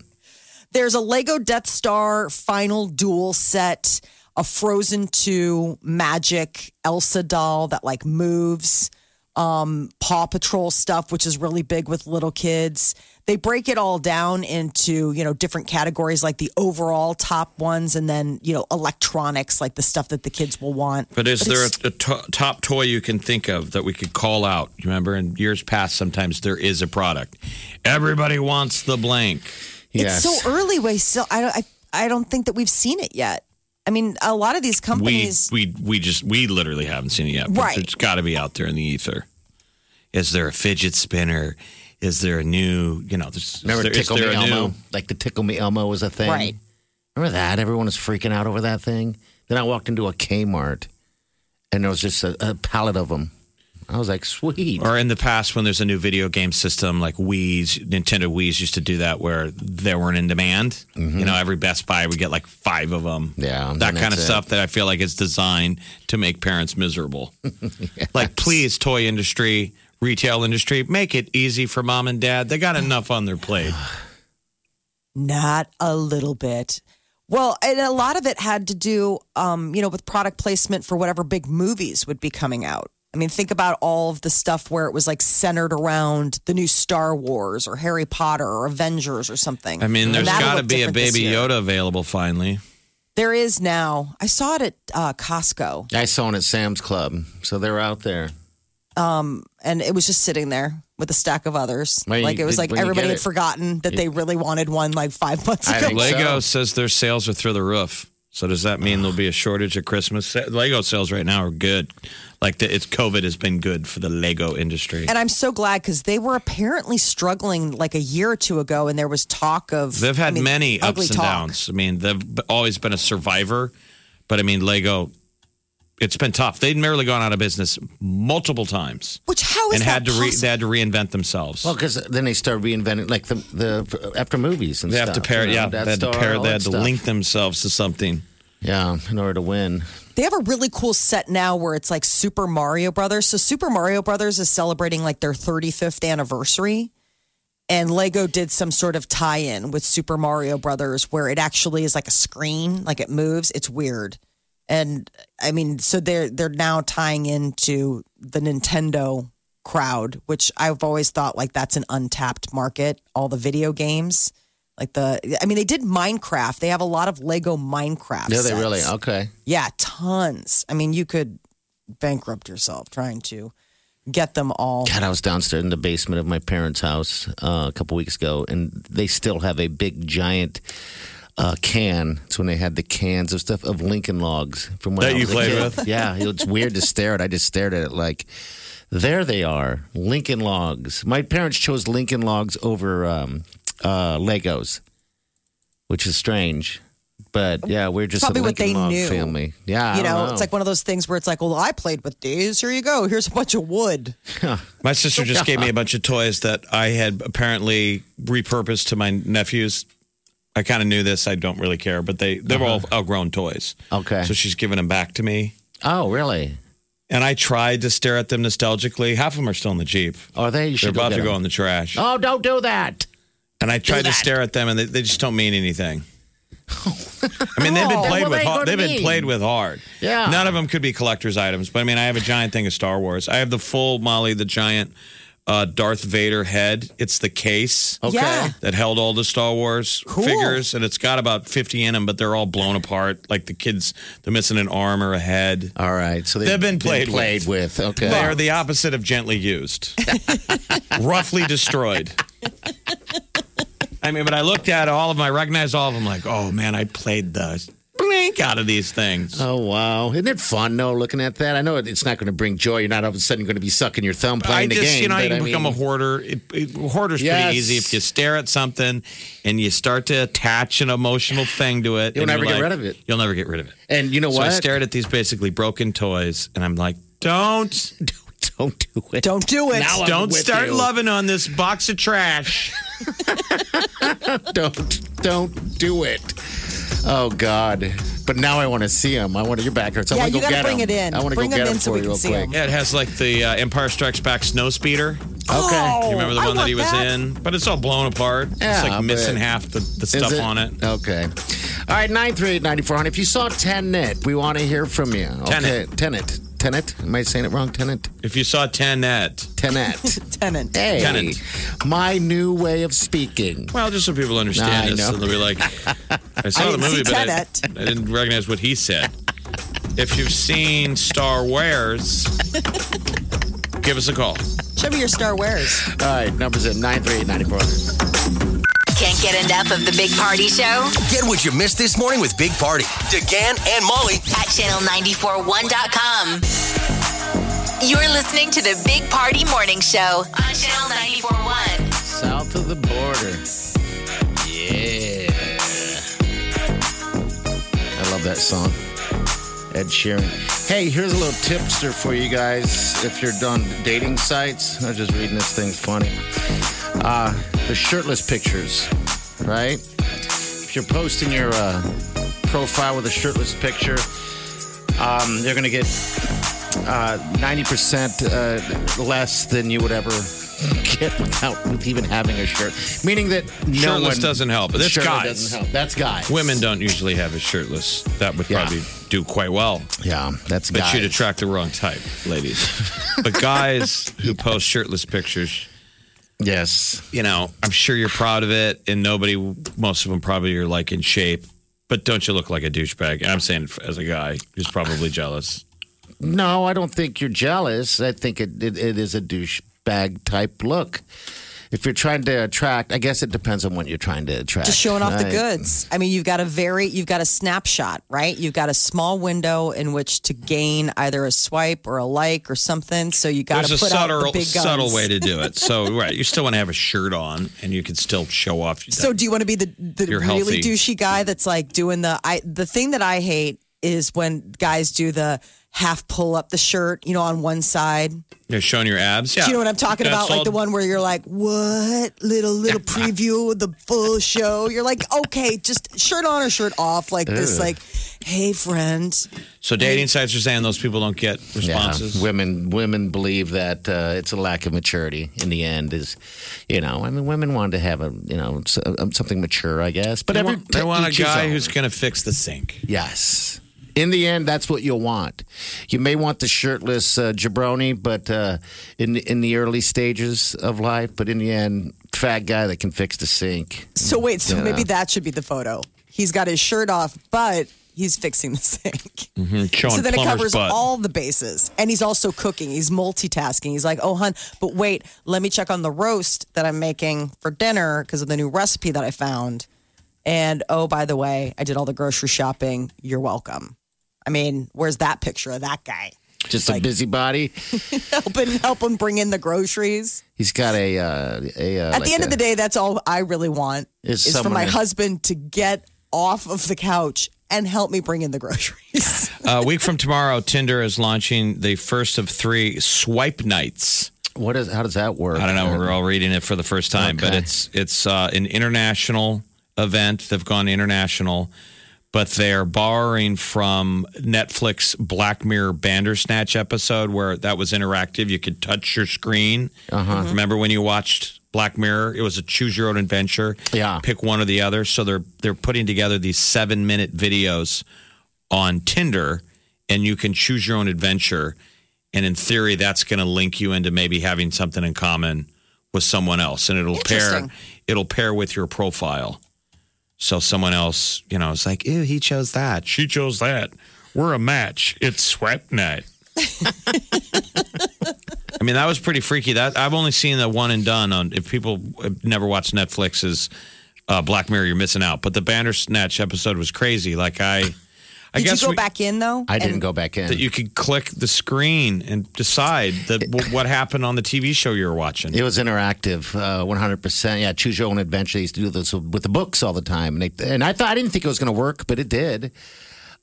There's a Lego Death Star Final Duel set, a Frozen 2 magic Elsa doll that like moves, um, Paw Patrol stuff, which is really big with little kids. They break it all down into, you know, different categories like the overall top ones and then, you know, electronics, like the stuff that the kids will want.
But is there
it's-
a, a to- top toy you can think of that we could call out? You remember in years past, sometimes there is a product. Everybody wants the blank.
Yes.
It's so early, way. So I, don't- I, I don't think that we've seen it yet. I mean, a lot of these
We
companies.
we we just we literally haven't seen it yet. but
Right.
It's got to be out there in the ether. Is there a fidget spinner? Is there a new? You know, there's,
Remember
is there, is
Tickle
there
Me
a
Elmo?
new?
Like the Tickle Me Elmo was a thing.
Right.
Remember that? Everyone was freaking out over that thing. Then I walked into a Kmart and there was just a, a pallet of them. I was like, sweet.
Or in the past, when there's a new video game system like Wii's, Nintendo Wii's used to do that where they weren't in demand. You know, every Best Buy would get like five of them.
Mm-hmm. Yeah, and
That
then
kind of
that's it.
stuff that I feel like is designed to make parents miserable. Like, please, toy industry, retail industry, make it easy for mom and dad. They got enough on their plate.
Not a little bit. Well, and a lot of it had to do, um, you know, with product placement for whatever big movies would be coming out. I mean, think about all of the stuff where it was like centered around the new Star Wars or Harry Potter or Avengers or something.
I mean,
And
there's
that'll
got to
look
be a
different this
Baby
year.
Yoda available finally.
There is now. I saw it at uh, Costco,
I saw it at Sam's Club. So they're out there.
and it was just sitting there with a stack of others.
Well, you-
like it was like
when you
everybody had
get it-
forgotten that they really wanted one like five months
I
ago.
think
Lego
so.
says their sales are through the roof. So does that mean there'll be a shortage at Christmas? Sa- Lego sales right now are good. Like the, it's COVID has been good for the Lego industry.
And I'm so glad because they were apparently struggling like a year or two ago, and there was talk of
They've had
I mean,
many ups
ugly
and
talk.
downs. I mean, they've b- always been a survivor, but I mean, Lego, it's been tough. They'd merely gone out of business multiple times
Which how is
and
that
had to re-
possible?
they had to reinvent themselves.
Well, because then they start reinventing, like the, the after movies and
they
stuff.
have to pair,
you know,
yeah,
Death
they had to
Star,
pair,
all
they
that
had to
stuff.
link themselves to something.
Yeah, in order to win.
They have a really cool set now where it's like Super Mario Brothers. So Super Mario Brothers is celebrating like their 35th anniversary. And Lego did some sort of tie-in with Super Mario Brothers where it actually is like a screen, like it moves. It's weird. And I mean, so they're they're now tying into the Nintendo crowd, which I've always thought like that's an untapped market, all the video games. Like the I mean, they did Minecraft. They have a lot of Lego Minecraft.
No, they
sets.
really, okay.
Yeah, tons. I mean, you could bankrupt yourself trying to get them all.
God, I was downstairs in the basement of my parents' house uh, a couple weeks ago, and they still have a big giant uh, can. It's when they had the cans of stuff of Lincoln Logs from when
That
I was
you
a
played
kid.
with?
Yeah, it's weird to stare at. I just stared at it like, there they are, Lincoln Logs. My parents chose Lincoln Logs over um, uh, Legos, which is strange. But yeah, we're just
Probably
a
what
Lincoln
they
Log
knew.
family. Yeah, I
You
don't
know, it's like one of those things where it's like, well, I played with these. Here you go. Here's a bunch of wood.
My sister just gave me a bunch of toys that I had apparently repurposed to my nephews. I kind of knew this. I don't really care, but they they were all outgrown toys.
Uh-huh. Okay.
So she's giving them back to me.
oh, really?
And I tried to stare at them nostalgically. Half of them are still in the Jeep.
Are Oh, they? You
They're
should
about
get
to go
them.
in the trash.
Oh, don't do that.
And I tried
that.
to stare at them, and they, they just don't mean anything. I mean, they've been
Oh.
played
Well,
with.
they go to
Hard, they've been
mean.
played with hard.
Yeah.
None of them could be collector's items, but I mean, I have a giant thing of Star Wars. I have the full Molly the giant uh, Darth Vader head. It's the case
Okay.
Yeah.
that held all the Star Wars figures, and it's got about fifty in them, but they're all blown apart. Like the kids, they're missing an arm or a head.
All right. So they,
They've been played
played with. Okay.
They are the opposite of gently used, roughly destroyed. I mean, but I looked at all of them, I recognized all of them, like, oh man, I played the blink out of these things.
Oh wow! Isn't it fun though? Looking at that, I know it- it's not going to bring joy. You're not all of a sudden going to be sucking your thumb
I
playing
just,
the game.
you know,
but
you can
I
become
mean-
a hoarder. It, it, hoarder's
Yes.
pretty easy if you stare at something and you start to attach an emotional thing to it.
You'll
and
never get
you're like-
rid of it.
You'll never get rid of it.
And you know
so
what?
I stared at these basically broken toys, and I'm like, don't,
Don't do it.
Don't do it.
Now I'm
don't
with
start
you.
loving on this box of trash.
Don't. Don't do it. Oh God! But now I want to see him. I want your back hurts. I
Yeah,
want to
you
go
gotta
get
bring
him.
it in.
I want to
Bring
go get
him
him
in so
for
we
you
can
real
see
quick.
him.
Yeah, it has like the uh, Empire Strikes Back snow speeder.
Oh,
Okay.
You remember the
I
one that
want
he was in? But it's all blown apart.
Yeah,
it's like
but-
missing half the, the
Is
stuff on it.
Okay. All right, 938-9400. If you saw Tenet, we want to hear from you. Okay.
Tenet.
Tenet. Tenet. Am I saying it wrong? Tenet.
If you saw 10 net,
Tenet.
Tenant.
Hey,
Tenet.
my new way of speaking.
well, just so people understand
I
this,
know.
and they'll be like, I saw the
didn't
movie,
see
but I,
Tenet.
I didn't recognize what he said. If you've seen Star Wars, give us a call.
Show me your Star Wares.
All right, numbers at 938-9400.
Can't get enough of the Big Party Show
Get what you missed this morning with Big Party, DeGan and Molly
at channel941.com. You're listening to the Big Party Morning Show on channel 941.
South of the border. Yeah. I love that song. Ed Sheeran. Hey, here's a little tipster for you guys if you're done dating sites. I'm just reading this thing's funny. Uh, the shirtless pictures, right? If you're posting your uh, profile with a shirtless picture, um, you're going to get uh, 90% uh, less than you would ever get without with even having a shirt. Meaning that no
Shirtless
one
doesn't help. That's
Shirtless
guys.
doesn't help. That's guys.
Women don't usually have a shirtless. That would
Yeah.
probably do quite well.
Yeah, that's
But
guys.
you'd attract the wrong type, ladies. but guys who post shirtless pictures,
yes.
you know, I'm sure you're proud of it, and nobody, most of them probably are like in shape. But don't you look like a douchebag? And I'm saying it as a guy who's probably jealous.
No, I don't think you're jealous. I think it, it, it is a douchebag type look. If you're trying to attract, I guess it depends on what you're trying to attract.
Just showing off the
right?
goods. I mean, you've got a very, you've got a snapshot, right? You've got a small window in which to gain either a swipe or a like or something. So you got
There's
to
a
put out
subtle,
the big guns.
subtle way to do it. So right, you still want to have a shirt on, and you can still show off.
So do you want to be the, the
You're
really
healthy.
douchey guy that's like doing the I the thing that I hate is when guys do the half pull up the shirt, you know, on one side.
you're showing your abs. Yeah,
Do you know what I'm talking
That's
about? Like
all-
the one where you're like, "What little little preview of the full show?" You're like, "Okay, just shirt on or shirt off." Like this, like, "Hey, friend."
So dating sites are saying those people don't get
Yeah,
responses.
women women believe that uh, it's a lack of maturity. In the end, is you know, I mean, women want to have a you know s- um, something mature, I guess. But
They
every
want, they want a
each his
guy
own.
who's going to fix the sink.
yes. In the end, that's what you'll want. You may want the shirtless uh, jabroni, but uh, in in the early stages of life. But in the end, fat guy that can fix the sink.
So wait, so maybe that should be the photo. He's got his shirt off, but he's fixing the sink.
Showing
so then it
plumber's
covers
butt.
all the bases. And he's also cooking. He's multitasking. He's like, oh, hun, but wait, let me check on the roast that I'm making for dinner because of the new recipe that I found. And oh, by the way, I did all the grocery shopping. You're welcome. I mean, where's that picture of that guy?
Just a busybody.
Helping, help him bring in the groceries.
He's got a. Uh, a uh,
At the end of the day, that's all I really want
Is
is, for
someone
my
that-
husband to get off of the couch and help me bring in the groceries.
A Uh, week from tomorrow, Tinder is launching the first of three swipe nights.
what is? How does that work?
I don't know. We're all reading it for the first time, but
Okay.
it's it's uh, an international event. They've gone international, but they're borrowing from Netflix Black Mirror Bandersnatch episode where that was interactive. You could touch your screen.
Uh-huh.
Mm-hmm. Remember when you watched Black Mirror? It was a choose your own adventure.
Yeah.
pick one or the other. So they're they're putting together these seven minute videos on Tinder, and you can choose your own adventure. And in theory, that's going to link you into maybe having something in common with someone else, and it'll pair
Interesting.
it'll pair with your profile. So someone else, you know, is like, "Ew, he chose that. She chose that. We're a match. It's swipe night." I mean, that was pretty freaky. That I've only seen the one and done on. If people have never watched Netflix's uh, Black Mirror, you're missing out. But the Bandersnatch episode was crazy. Like I, I
Did
guess
you go
we-
back in though?
I didn't go back in.
that you could click the screen and decide that w- what happened on the TV show you were watching.
It was interactive, uh, 100%. Yeah, choose your own adventure. They used to do this with the books all the time. And, they, and I thought I didn't think it was going to work, but it did.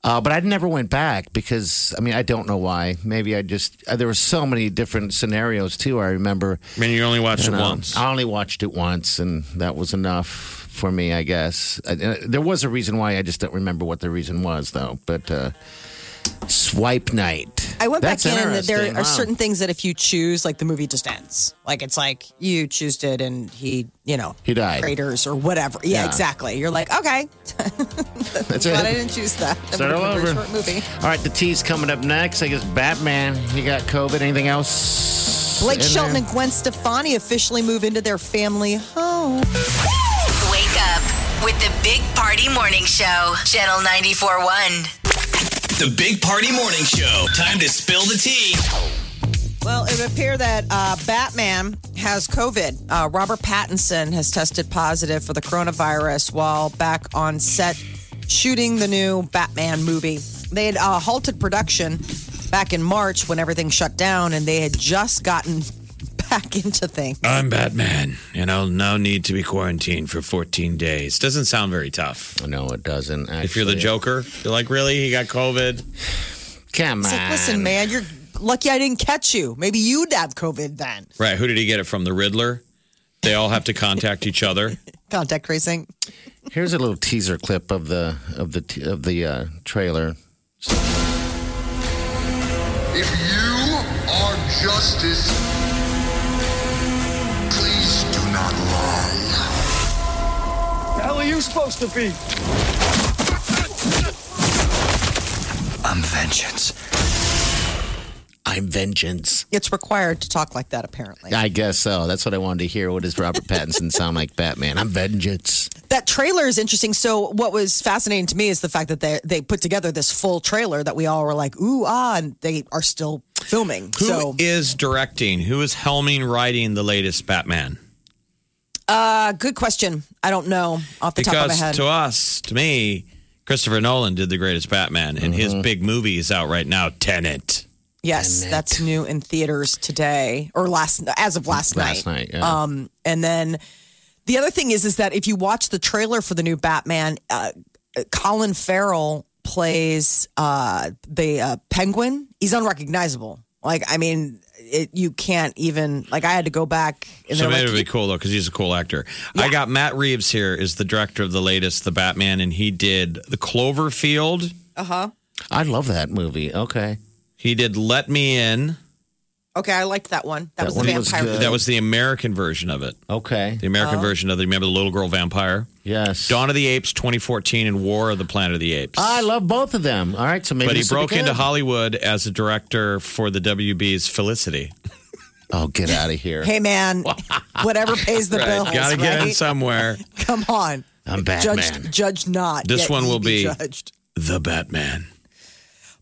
Uh, but I never went back because, I mean, I don't know why. Maybe I just, uh, there were so many different scenarios too. I remember.
I mean, you only watched
you
it
know,
once.
Uh,
I only watched it once, and that was enough for me, I guess. I, uh, there was a reason why. I just don't remember what the reason was, though. But uh, swipe night.
I went
That's
back in, and there
interesting.
are
Wow.
certain things that if you choose, like the movie just ends. Like it's like you choosed it, and he, you know,
He died.
traitors or whatever. Yeah,
Yeah.
exactly. You're like, okay,
That's
glad
it.
I didn't choose that. That
Start
would've
all
been a very
over.
short movie.
All right, the tea's coming up next. I guess Batman. He got COVID. Anything else?
Blake
in
Shelton
there?
and Gwen Stefani officially move into their family home.
Wake up with the Big Party Morning Show, Channel 94.1.
The Big Party Morning Show. Time to spill the tea.
Well, it would appear that uh, Batman has COVID. Uh, Robert Pattinson has tested positive for the coronavirus while back on set shooting the new Batman movie. They had uh, halted production back in March when everything shut down, and they had just gotten back into things.
I'm Batman, and I'll now need to be quarantined for 14 days. Doesn't sound very tough.
No, it doesn't. Actually.
If you're the Joker, you're like, really? He got COVID?
come on.
It's like, listen, man, you're lucky I didn't catch you. Maybe you'd have COVID then.
Right. Who did he get it from? The Riddler? They all have to contact each other.
Contact tracing.
Here's a little teaser clip of the of the t- of the uh, trailer.
If you are justice, please do not lie.
hell are you supposed to be?
I'm vengeance.
I'm vengeance.
It's required to talk like that, apparently.
I guess so. That's what I wanted to hear. What does Robert Pattinson sound like, Batman? I'm vengeance.
that trailer is interesting. So, what was fascinating to me is the fact that they they put together this full trailer that we all were like, "Ooh, ah!" and they are still filming.
Who is
so,
directing? Who is helming writing the latest Batman?
uh, good question. I don't know off the top of my
Because
head.
to us, to me, Christopher Nolan did the greatest Batman, and
Mm-hmm.
his big movie is out right now, Tenet.
yes, that's new in theaters today or last as of last,
Last night, yeah.
Um, and then the other thing is, is that if you watch the trailer for the new Batman, uh, Colin Farrell plays uh, the uh, Penguin. He's unrecognizable. Like, I mean, it, you can't even like. I had to go back. And
so
they're
maybe
like,
it'd be cool though, because he's a cool actor. I got Matt Reeves here is the director of the latest, the Batman, and he did the Cloverfield.
Uh-huh.
I love that movie. Okay,
He did Let Me In.
Okay, I liked that one. That,
That
was the
one was
vampire.
good.
That was the American version of it.
okay,
The
Oh.
American version of the remember the little girl vampire,
yes.
Dawn of the Apes, 2014, and War of the Planet of the Apes.
Ah,
I love both of them. All right, so maybe
but he
this will be
broke into
good.
Hollywood as a director for the WB's Felicity.
Oh, get out of here!
Hey man, whatever pays the bills.
Gotta get in
right?
somewhere.
Come on,
I'm Uh, Batman.
judge, judge not.
This
yet
one
ye
will be-
judged.
the Batman.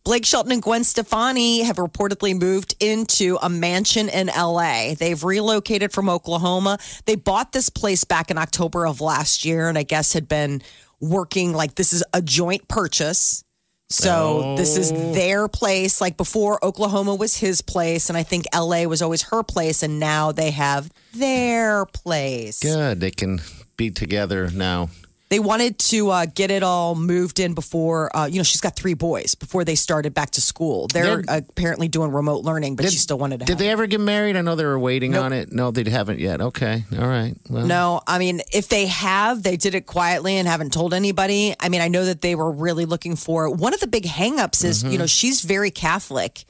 Blake Shelton and Gwen Stefani have reportedly moved into a mansion in LA. They've relocated from Oklahoma. They bought this place back in October of last year and I guess had been working like this is a joint purchase. So this is their place. Like before, Oklahoma was his place, and I think LA was always her place, and now they have their place.
Good. They can be together now.
They wanted to uh, get it all moved in before, uh, you know, she's got three boys before they started back to school. They're
Did-
apparently doing remote learning, but she still wanted to
Did
have
they ever get married? I know they were waiting on it. No, they haven't yet. Okay. All right. Well,
No, I mean, if they have, they did it quietly and haven't told anybody. I mean, I know that they were really looking for one of the big hangups is,
Mm-hmm.
you know, she's very Catholic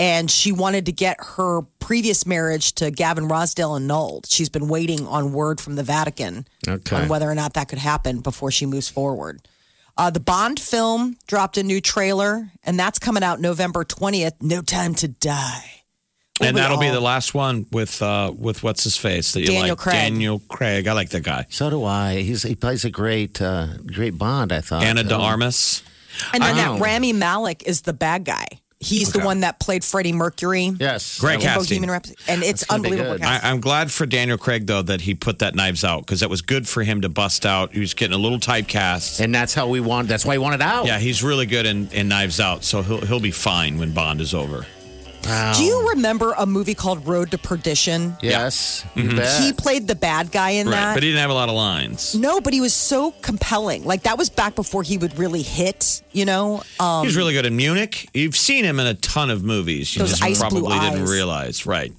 and she wanted to get her previous marriage to Gavin Rosdale annulled. She's been waiting on word from the Vatican
Okay.
on whether or not that could happen before she moves forward. Uh, the Bond film dropped a new trailer, and that's coming out November 20th. No Time to Die.
and
we
that'll be
all-
the last one with uh, with what's his face that you
Daniel
like,
Craig.
Daniel Craig. I like that guy.
So do I. He's he plays a great uh, great Bond. I thought
Anna De Armas.
And then
Wow.
that Rami Malik is the bad guy. He's the one that played Freddie Mercury.
Yes.
Great
I-
cat. Casting.
Bohemian Rhapsody. And it's
gonna be
unbelievable.
good.
casting.
I, I'm glad for Daniel Craig though that he put that knives out because that was good for him to bust out. He was getting a little typecast.
And that's how we want. That's why he wanted out.
Yeah, he's really good in, in Knives Out, so he'll he'll be fine when Bond is over.
Do you remember a movie called Road to Perdition?
Yes.
Mm-hmm.
You bet.
He played the bad guy in that.
But he didn't have a lot of lines.
no, but he was so compelling. Like that was back before he would really hit, you know? Um,
He's really good in Munich. You've seen him in a ton of movies. You
Those
just
ice
probably
blue
didn't
eyes.
realize, right?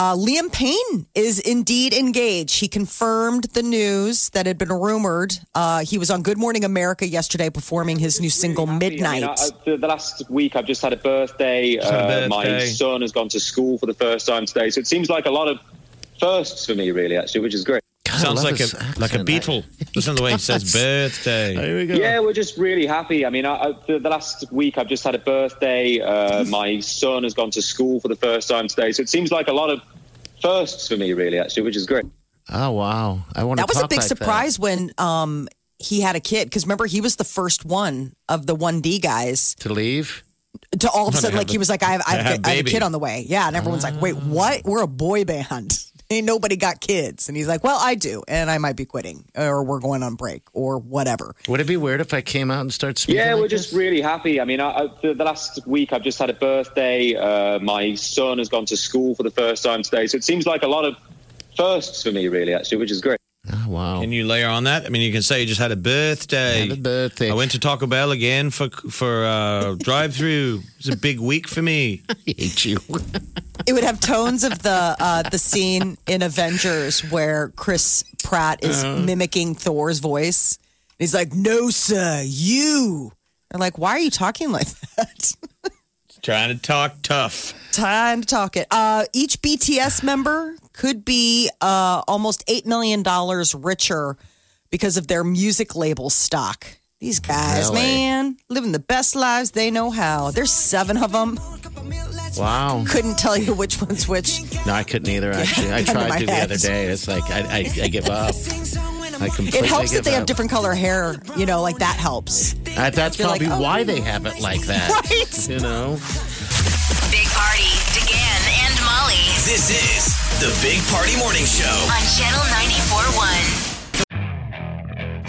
uh, Liam Payne is indeed engaged. He confirmed the news that had been rumored. Uh, he was on Good Morning America yesterday performing his new single Midnight.
I mean, I- I- the last week, I've just had a birthday.
had a
Uh, my
birthday.
son has gone to school for the first time today, so it seems like a lot of firsts for me, really, actually, which is great.
God, I
Sounds
love
like a
his
like a
accent. I-
Beatle. Listen to the way he says birthday.
Here we go.
Yeah, we're just really happy. I mean, I, I, the, the last week I've just had a birthday. Uh, my son has gone to school for the first time today, so it seems like a lot of firsts for me, really, actually, which is great.
Oh wow. I want
that
to
was a
talk
big
like that.
surprise when um, he had a kid. Because remember, he was the first one of the 1D guys.
to leave.
to all of a sudden,
they
like
have
he was like, I have, I
they
have,
have
I have a
baby.
kid on the way. Yeah. And everyone's like, wait, what? We're a boy band. Ain't nobody got kids. And he's like, well, I do. And I might be quitting or we're going on break or whatever.
Would it be weird if I came out and started speaking?
Yeah,
like
we're just
this?
really happy. I mean, I, I, the, the last week I've just had a birthday. Uh, my son has gone to school for the first time today, so it seems like a lot of firsts for me, really, actually, which is great.
Oh, wow.
Can you layer on that? I mean, you can say you just had a birthday.
Had a birthday.
I went to Taco Bell again for for uh, drive through. It's a big week for me.
hate you.
It would have tones of the uh, the scene in Avengers where Chris Pratt is mimicking Thor's voice. He's like, no, sir, you. They're like, why are you talking like that?
Trying to talk tough.
Time to talk it. Uh, each BTS member could be uh, almost $8 million richer because of their music label stock. These guys,
Really?
man, living the best lives they know how. There's seven of them.
Wow.
Couldn't tell you which one's which.
No, I couldn't either. Actually, I
Gun to my
tried to the
head.
other day. It's like I, I, I give up. I completely
It helps
give
that they have
up.
different color hair. You know, like that helps.
I, Uh, that's
You're
probably
like, oh.
why they have it like that.
Right?
You know.
Big Party, DeGan and Molly
This is the Big Party Morning Show.
on Channel 94.1.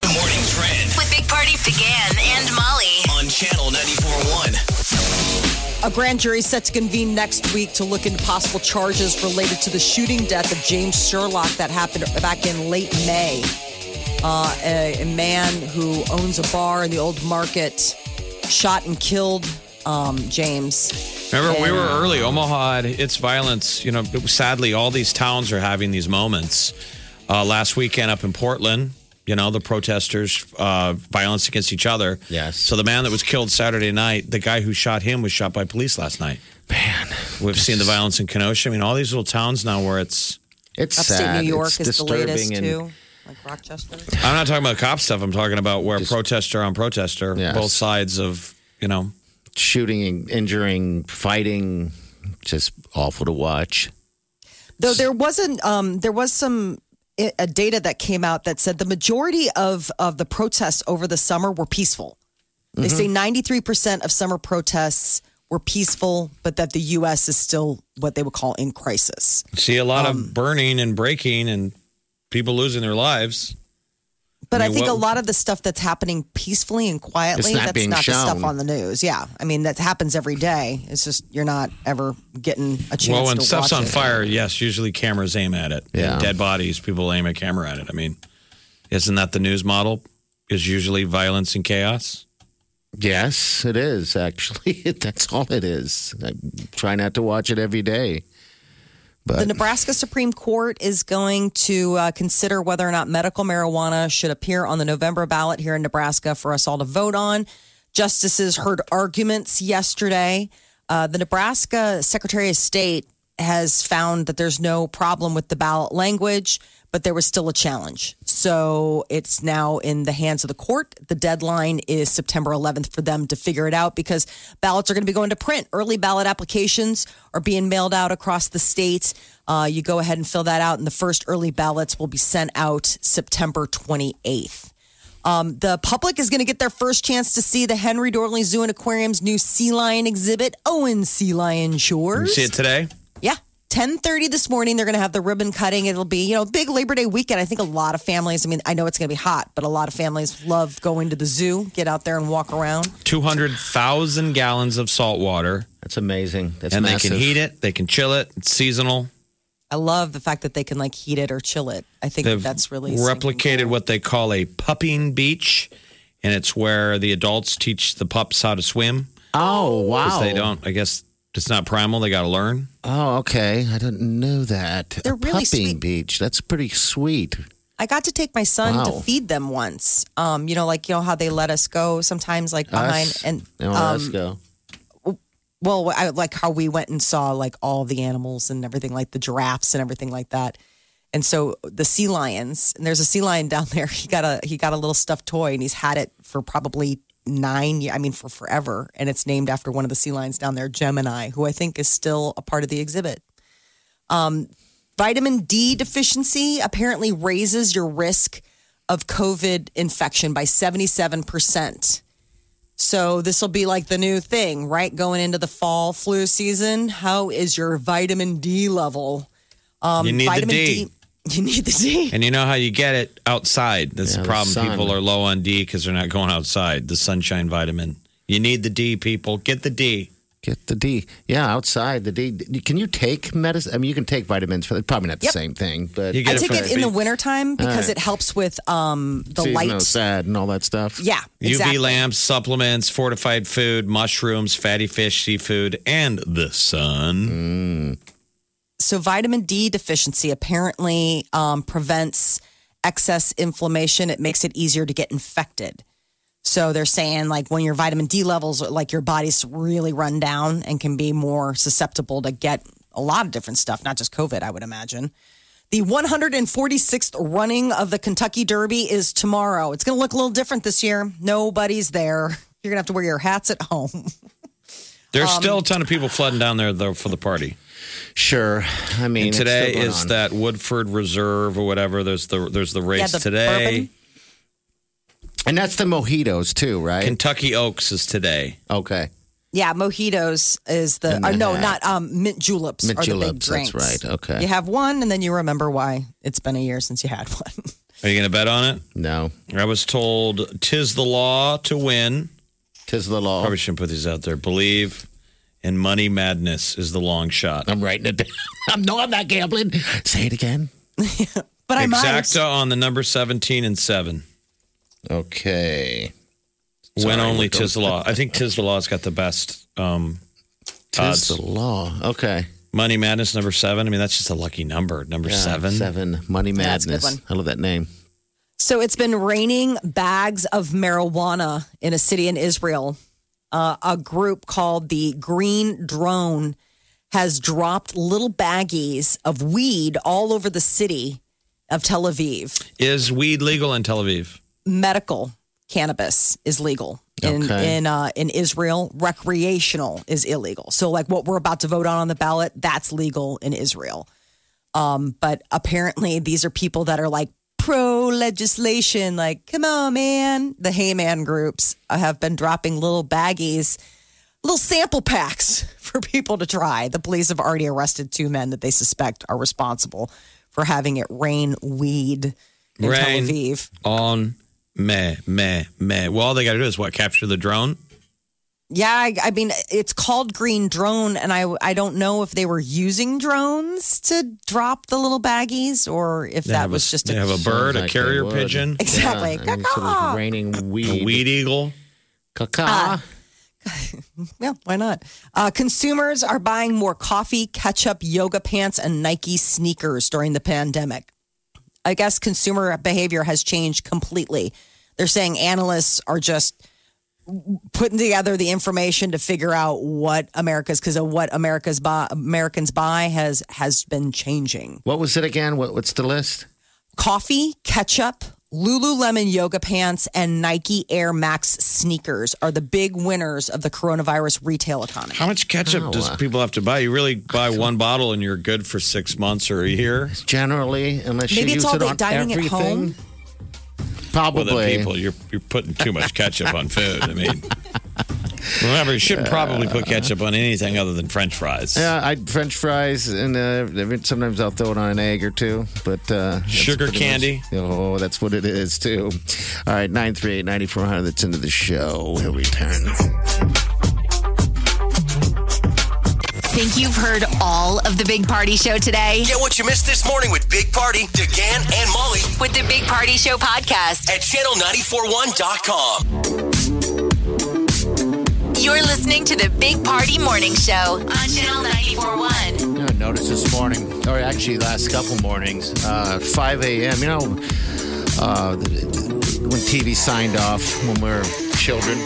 trend
With Big Party, DeGan and Molly.
on Channel 94.1.
A grand jury is set to convene next week to look into possible charges related to the shooting death of James Sherlock that happened back in late May. Uh, a, a man who owns a bar in the old market shot and killed um, James.
Remember, we
And-
were early. Omaha had its violence. You know, sadly, all these towns are having these moments. Uh, last weekend up in Portland, you know, the protesters, uh, violence against each other. Yes. So the man that was killed Saturday night, the guy who shot him was shot by police last night. Man. We've seen the violence in Kenosha. I mean, all these little towns now where it's.
It's
Upstate New York is the latest
and-
too, like Rochester.
I'm not talking about cop stuff. I'm talking about where protester on protester,
Yes.
both sides of, you know.
Shooting, injuring, fighting, just awful to watch.
Though there wasn't, um, there was some i- a data that came out that said the majority of of the protests over the summer were peaceful. They say
Mm-hmm.
ninety three percent of summer protests were peaceful, but that the U.S. is still what they would call in crisis.
See a lot of burning and breaking and people losing their lives.
But I,
mean,
think
what-
a lot of the stuff that's happening peacefully and
It's
quietly,
not
that's
being
not the stuff
shown.
on the news. Yeah. I mean, that happens every day. It's just you're not ever getting a chance
Well, when
to
stuff's
watch
on
it.
fire, yes, usually cameras aim at it.
Yeah.
And dead bodies, people aim a camera at it. I mean, isn't that the news model? Is usually violence and chaos.
Yes, it is actually. That's all it is. I try not to watch it every day.
The
But
Nebraska Supreme Court is going to uh, consider whether or not medical marijuana should appear on the November ballot here in Nebraska for us all to vote on. Justices heard arguments yesterday. Uh, the Nebraska Secretary of State has found that there's no problem with the ballot language, but there was still a challenge. So it's now in the hands of the court. The deadline is September 11th for them to figure it out because ballots are going to be going to print. Early ballot applications are being mailed out across the state. Uh, you go ahead and fill that out, and the first early ballots will be sent out September 28th. Um, the public is going to get their first chance to see the Henry Dorley Zoo and Aquarium's new sea lion exhibit, Owen Sea Lion
You
Shores.
see it today?
Yeah. 10:30 this morning they're going to have the ribbon cutting. It'll be, you know, big Labor Day weekend. I think a lot of families, I mean, I know it's going to be hot, but a lot of families love going to the zoo, get out there and walk around.
Two hundred thousand gallons of salt water,
that's amazing. That's
and
massive.
they can heat it, they can chill it. It's seasonal.
I love the fact that they can like heat it or chill it. I think
They've
that's really
replicated what they call a pupping beach, and it's where the adults teach the pups how to swim.
Oh wow!
'Cause They don't. I guess it's not primal. They got to learn.
Oh okay. I didn't know that.
They're
A
really
pupping
sweet.
beach. That's pretty sweet.
I got to take my son to
Wow.
feed them once. Um, you know, like you know how they let us go sometimes, like behind
Us,
and um,
they don't let us go.
well, I, like how we went and saw like all the animals and everything, like the giraffes and everything like that. And so the sea lions, and there's a sea lion down there. He got a he got a little stuffed toy, and he's had it for probably nine. ye- I mean, for forever. And it's named after one of the sea lions down there, Gemini, who I think is still a part of the exhibit. Um, Vitamin D deficiency apparently raises your risk of COVID infection by 77%. So this will be like the new thing, right? Going into the fall flu season. How is your vitamin D level? Um,
You need the
vitamin
D.
You need the D.
And you know how you get it outside. That's
Yeah,
the
the
problem.
sun.
people are low on D because they're not going outside. The sunshine vitamin. You need the D, people. Get the D.
Get the D. Yeah, outside the D. Can you take medicine? I mean, you can take vitamins for probably not the
Yep.
same thing, but
You
I
get
take
from
it in the
fe-
wintertime because
right.
it helps with um, the
seasonal
light.
sad and all that stuff.
Yeah, exactly.
UV lamps, supplements, fortified food, mushrooms, fatty fish, seafood, and the sun.
so vitamin D deficiency apparently um, prevents excess inflammation. It makes it easier to get infected. So they're saying like when your vitamin D levels, like your body's really run down and can be more susceptible to get a lot of different stuff, not just COVID, I would imagine. The 146th running of the Kentucky Derby is tomorrow. It's going to look a little different this year. Nobody's there. You're going to have to wear your hats at home.
There's
Um,
still a ton of people flooding down there though for the party.
Sure. I mean,
And
it's
today
still going
is
on.
that Woodford Reserve or whatever. There's the there's the race
the
today.
bourbon.
and that's the mojitos too, right?
Kentucky Oaks is today.
okay.
Yeah, mojitos is the
And
uh,
then
no,
that.
not um, mint juleps.
Mint
are the big
juleps, that's
drinks.
right, okay.
you have one, and then you remember why it's been a year since you had one.
Are you going to bet on it?
No,
I was told tis the law to win.
tis the law.
Probably shouldn't put these out there. Believe and Money Madness is the long shot.
Oh,
I'm writing it down. I'm, no, I'm not gambling. Say it again.
but I might.
Exacta on the number 17 and 7.
Okay.
when
Sorry,
only
we're going-
Tislaw. I think Tislaw's got the best um,
Tis the
odds.
law. Okay.
Money Madness, number 7. I mean, that's just a lucky number. Number
Yeah,
7.
Seven. Money
that's a
Madness.
good one.
I love that name.
So it's been raining bags of marijuana in a city in Israel. Uh, a group called the Green Drone has dropped little baggies of weed all over the city of Tel Aviv.
Is weed legal in Tel Aviv?
Medical cannabis is legal in
Okay.
in uh, in Israel. Recreational is illegal. So like what we're about to vote on on the ballot, that's legal in Israel. Um, but apparently, these are people that are like pro legislation, like, come on, man. The Hey Man groups have been dropping little baggies, little sample packs for people to try. The police have already arrested two men that they suspect are responsible for having it rain weed in
Rain.
Tel Aviv.
On meh, meh, meh. Well, all they got to do is what? Capture the drone?
Yeah, I, I mean, it's called Green Drone, and I, I don't know if they were using drones to drop the little baggies or if
They
that
have
was
a,
just
they
a
have a bird, a
Sounds like
carrier
they would.
pigeon,
Exactly.
Yeah, I mean, so it's raining
a
weed.
weed eagle.
Caca.
Uh, Yeah, why not? Uh, consumers are buying more coffee, ketchup, yoga pants, and Nike sneakers during the pandemic. I guess consumer behavior has changed completely. They're saying analysts are just putting together the information to figure out what America's because of what America's buy, Americans buy has has been changing.
What was it again? What, what's the list?
Coffee, ketchup, Lululemon yoga pants, and Nike Air Max sneakers are the big winners of the coronavirus retail economy.
How much
Oh,
ketchup does
uh,
people have to buy? You really buy one bottle and you're good for six months or a year.
Generally, unless
Maybe
you
it's
use
all
it
the
on
dining at
everything.
home.
Well,
Probably.
then people, you're you're putting too much ketchup on food. I mean, remember, you shouldn't probably put ketchup on anything other than French fries.
Yeah, I French fries and uh, every- sometimes I'll throw it on an egg or two. But uh, that's
Sugar
pretty
candy.
much- oh, that's what it is too. All right, nine three eight ninety four hundred. That's into the show. We'll return.
Think you've heard all of the Big Party Show today?
Get what you missed this morning with Big Party, DeGan, and Molly
With the Big Party Show podcast,
at channel941.com.
you're listening to the Big Party Morning Show on Channel 941.
I noticed this morning, or actually last couple mornings, uh, five a.m. You know, uh, when TV signed off when we were children,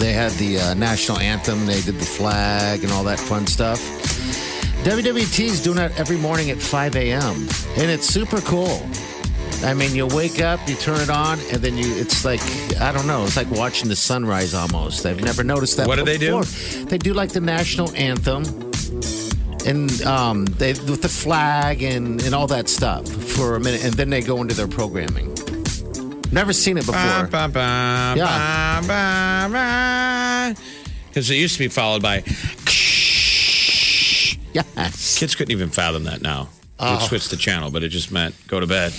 they had the uh, national anthem. They did the flag and all that fun stuff. WWT's doing that every morning at 5 a.m. and it's super cool. I mean, you wake up, you turn it on, and then you, it's like, I don't know, it's like watching the sunrise almost. I've never noticed that
What do they do?
before. They do like the national anthem and um, they, with the flag and, and all that stuff for a minute, and then they go into their programming. Never seen it before.
Ah,
Yeah.
Because it used to be followed by.
Yes.
Kids couldn't even fathom that now. You'd switch the channel, but it just meant go to bed.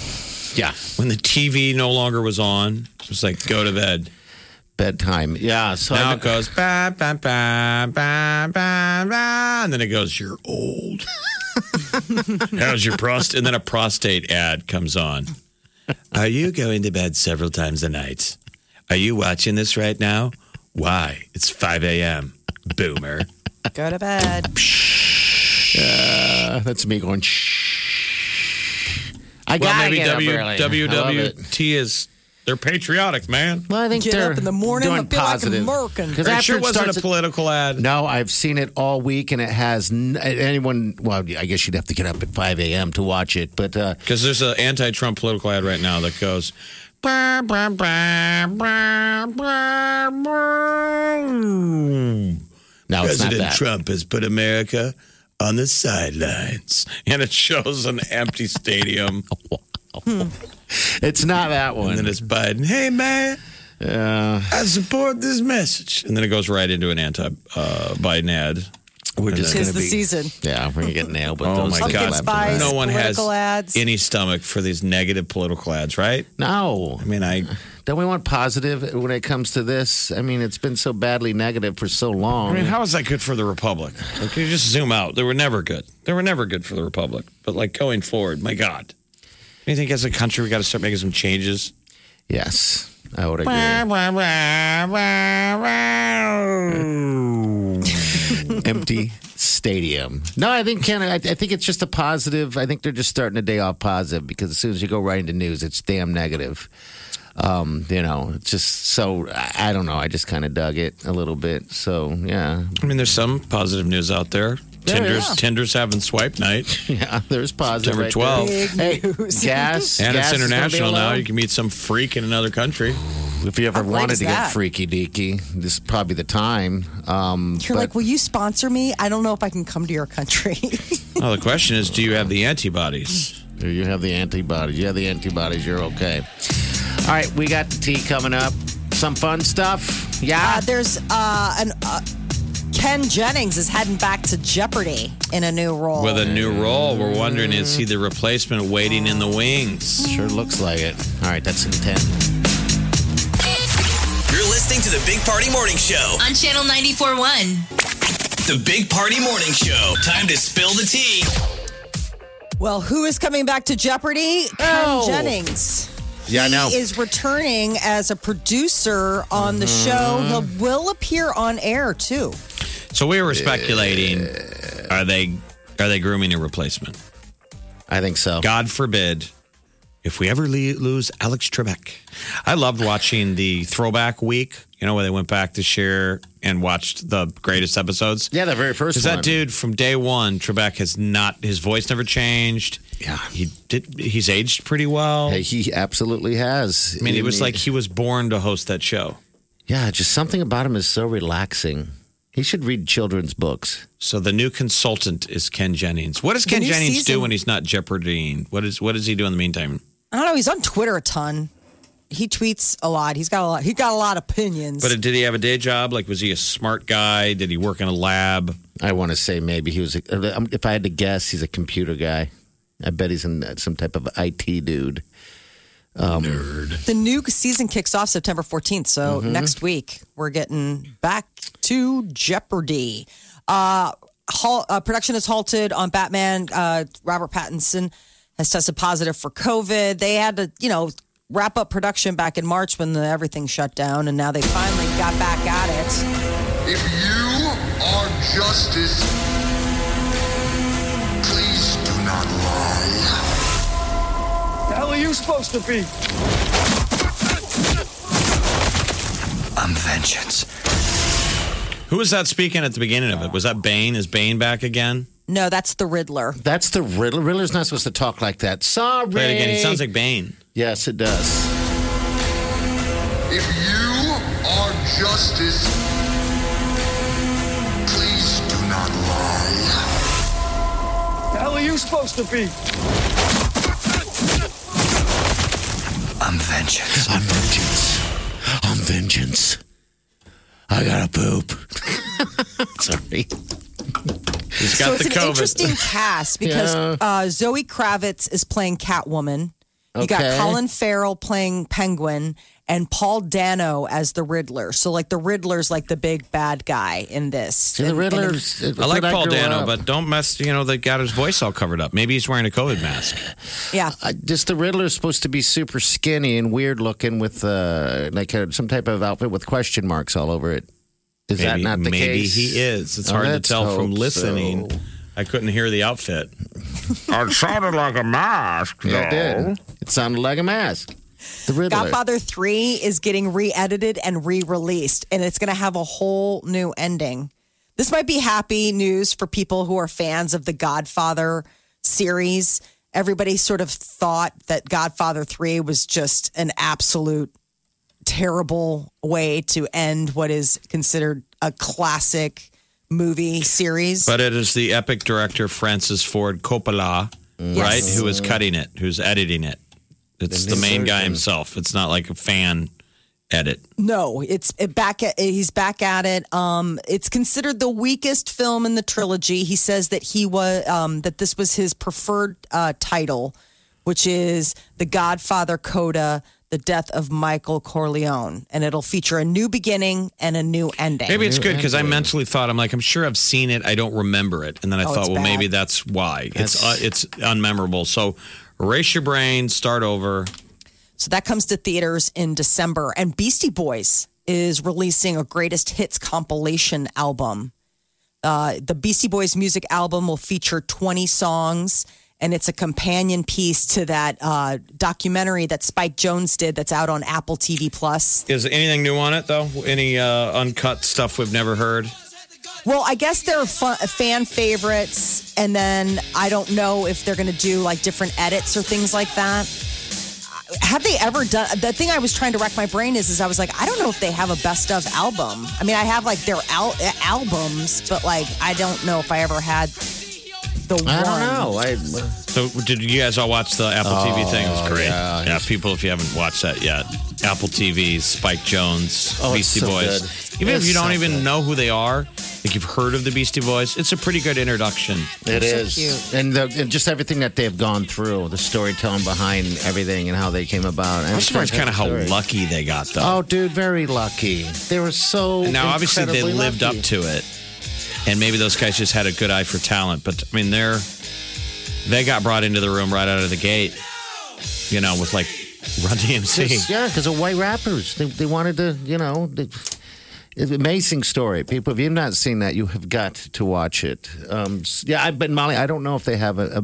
Yeah.
When the TV no longer was on, it was like go to bed.
Bedtime. Yeah. So
Now
I-
it goes ba ba ba ba ba ba, and then it goes you're old. How's your prostate? And then a prostate ad comes on. Are you going to bed several times a night? Are you watching this right now? Why? It's 5 a.m. Boomer.
Go to bed.
uh, that's me going, shh. I
Well,
got
maybe
it
w- WWT is they're patriotic, man.
Well, I think
Get
they're
up in the morning,
doing
I feel like
positive.
American.
'Cause
It
after
sure
it
wasn't
starts
a political ad.
No, I've seen it all week, and it has n- anyone. Well, I guess you'd have to get up at five a.m. to watch it, but uh,
Because there's an anti-Trump political ad right now that goes. "Bah, bah, bah, bah, bah, bah."
no, it's not
President
that.
Trump has put America on the sidelines, and it shows an empty stadium.
It's not that
and then
one.
it's Biden. Hey man, I support this message. And then it goes right into an anti-Biden uh, ad.
We're just
Tis
gonna
the
be-
season.
Yeah, we're gonna get nailed. But
Oh my God!
Spies,
no one has
political ads.
any stomach for these negative political ads, right?
No,
I mean, I
don't we want positive when it comes to this? I mean, it's been so badly negative for so long.
I mean, how is that good for the republic? Like, you just zoom out. They were never good. They were never good for the republic. But like going forward, my God, do you think as a country we got to start making some changes?
yes, I would agree. Empty stadium. No, I think Ken. I, I think it's just a positive. I think they're just starting the day off positive because as soon as you go right into news, it's damn negative. Um, you know, it's just so I, I don't know. I just kind of dug it a little bit. So yeah,
I mean, there's some positive news out there.
There
Tinder's
is.
Tinder's having swipe night,
yeah. There's positive.
September
right
12th.
there. Hey, gas.
and
gas is gonna be
it's international now.
allowed.
You can meet some freak in another country.
If you ever
great
wanted
is
to
that?
get freaky deaky, this is probably the time. Um,
You're
but
like, will you sponsor me? I don't know if I can come to your country.
Now the question is, do you have the antibodies?
you have the antibodies. You have the antibodies. You're okay. All right, we got the tea coming up. Some fun stuff. Yeah.
uh, there's uh, an uh, Ken Jennings is heading back to Jeopardy in a new role.
With a new role, we're wondering is he the replacement waiting in the wings?
Sure looks like it. All right, that's in 10.
You're listening to the Big Party Morning Show.
On Channel 94.1.
The Big Party Morning Show. Time to spill the tea.
Well, who is coming back to Jeopardy?
Oh.
Ken Jennings.
Yeah, I know.
He is returning as a producer on the show. He will appear on air too.
So we were speculating: are they are they grooming a replacement?
I think so.
God forbid if we ever le- lose Alex Trebek. I loved watching the throwback week, you know, where they went back this year and watched the greatest episodes.
Yeah, the very first
Because
one.
that dude from day one, Trebek has not, his voice never changed.
Yeah.
He did, he's aged pretty well.
Hey, he absolutely has.
I mean, it was like he was born to host that show.
yeah, just something about him is so relaxing. He should read children's books.
So the new consultant is Ken Jennings. What does Ken
new
Jennings do
season-
when he's not jeopardying? What is what does he do in the meantime?
I don't know. He's on Twitter a ton. He tweets a lot. He's got a lot. He got a lot of opinions.
But did he have a day job? Like, was he a smart guy? Did he work in a lab?
I want to say maybe he was. A, um, if I had to guess, he's a computer guy. I bet he's in uh, some type of IT dude.
the new season kicks off September 14th. So next week, we're getting back to Jeopardy. Uh, halt, uh, production is halted on Batman. Uh, Robert Pattinson has tested positive for COVID. They had to, you know, wrap up production back in March when the, everything shut down. And now they finally got back at it.
If you are justice, please do not lie.
I'm vengeance.
Who was that speaking at the beginning of it? Was that Bane? Is Bane back again?
No, that's the Riddler.
That's the Riddler. Riddler's not supposed to talk like that. Sorry.
Play it again. He sounds like Bane.
Yes, it does.
If you are justice, please do not lie.
I'm vengeance.
I'm vengeance. I'm vengeance. I gotta poop. Sorry.
He's
so
got
it's
the
an
COVID.
interesting cast because
Yeah.
uh, Zoe Kravitz is playing Catwoman. You
Okay.
got Colin Farrell playing Penguin and Paul Dano as the Riddler. So like the Riddler's like the big bad guy in this.
See, the uh,
And- and-
Riddler's.
I like
when
Paul
grew
Dano,
up-
but don't mess. You know, they got his voice all covered up. Maybe he's wearing a COVID mask.
yeah.
I, just the Riddler's supposed to be super skinny and weird looking with uh, like a, some type of outfit with question marks all over it. Is that
Maybe,
not the
maybe
case?
he is. It's
Oh,
hard to
let's
tell from
hope
listening.
so.
I couldn't hear the outfit.
It sounded like a mask, though.
Yeah, it did. It sounded like a mask. The Riddler.
Godfather 3 is getting re-edited and re-released and it's going to have a whole new ending. This might be happy news for people who are fans of the Godfather series. Everybody sort of thought that Godfather 3 was just an absolute terrible way to end what is considered a classic movie series.
But it is the epic director Francis Ford Coppola,
Mm.
right,
Yes.
who is cutting it, who's editing it. It's the main guy himself. It's not like a fan edit.
No, it's it back at he's back at it. Um, it's considered the weakest film in the trilogy. He says that he was um, that this was his preferred uh, title, which is The Godfather Coda: The Death of Michael Corleone, and it'll feature a new beginning and a new ending.
Maybe it's good because I mentally thought I'm like I'm sure I've seen it. I don't remember it, and then I
Oh,
thought,
it's
well,
bad.
maybe that's why it's uh, it's unmemorable. So erase your brain, start over.
So that comes to theaters in December. And Beastie Boys is releasing a greatest hits compilation album. Uh, the Beastie Boys music album will feature 20 songs, and it's a companion piece to that uh, documentary that Spike Jones did that's out on Apple TV Plus.
Is anything new on it though? Any uh, uncut stuff we've never heard?
Well, I guess they're fun, fan favorites, and then I don't know if they're going to do like different edits or things like that. Have they ever done the thing I was trying to rack my brain is is I was like I don't know if they have a best of album. I mean I have like their al- uh, albums, but like I don't know if I ever had the one.
I don't know. I,
So did you guys all watch the Apple TV thing? It was
Oh,
great.
yeah.
Yeah. people, if you haven't watched that yet, Apple TV, Spike Jones,
Oh, it's
Beastie
so
Boys.
good.
Even
It's
if you don't
so
even
good.
know who they are, like you've heard of the Beastie Boys, it's a pretty good introduction.
It is, and, the, and just everything that they've gone through, the storytelling behind everything, and how they came about.
I'm surprised kind of how
Story.
lucky they got though.
Oh, dude, very lucky. They were so.
And now, obviously, they
incredibly
lived
lucky.
up to it, and maybe those guys just had a good eye for talent. But I mean, they're they got brought into the room right out of the gate, you know, with like Run
Just-
DMC.
yeah, because of white rappers. They, they wanted to, you know, they, it's an amazing story. People, if you've not seen that, you have got to watch it. Um, s- yeah, I, but Molly, I don't know if they have a,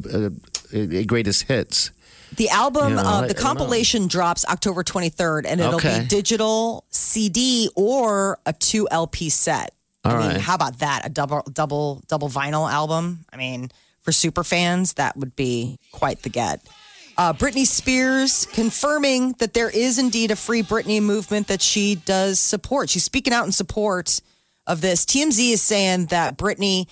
a, a, a greatest hits.
The album,
You know,
uh,
I- I
the
don't
compilation drops October 23rd, and it'll
Okay.
be digital CD or a two LP set. I
All
mean,
right.
how about that? A double, double, double vinyl album. I mean, for super fans, that would be quite the get. Uh, Britney Spears confirming that there is indeed a free Britney movement that she does support. She's speaking out in support of this. TMZ is saying that Britney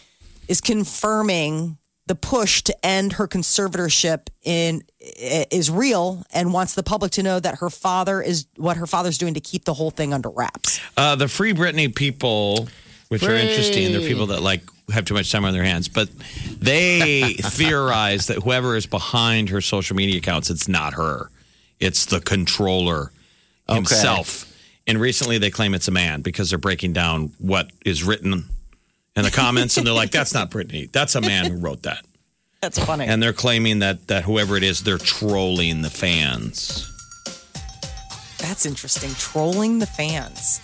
is confirming the push to end her conservatorship in i- is real and wants the public to know that her father is what her father's doing to keep the whole thing under wraps.
Uh, the Free Britney people, which are interesting, they're people that like have too much time on their hands, but they theorize that whoever is behind her social media accounts, it's not her, it's the controller himself. And recently, they claim it's a man because they're breaking down what is written in the comments, and they're like, "That's not Britney. That's a man who wrote that."
That's funny.
And they're claiming that that whoever it is, they're trolling the fans.
That's interesting. Trolling the fans.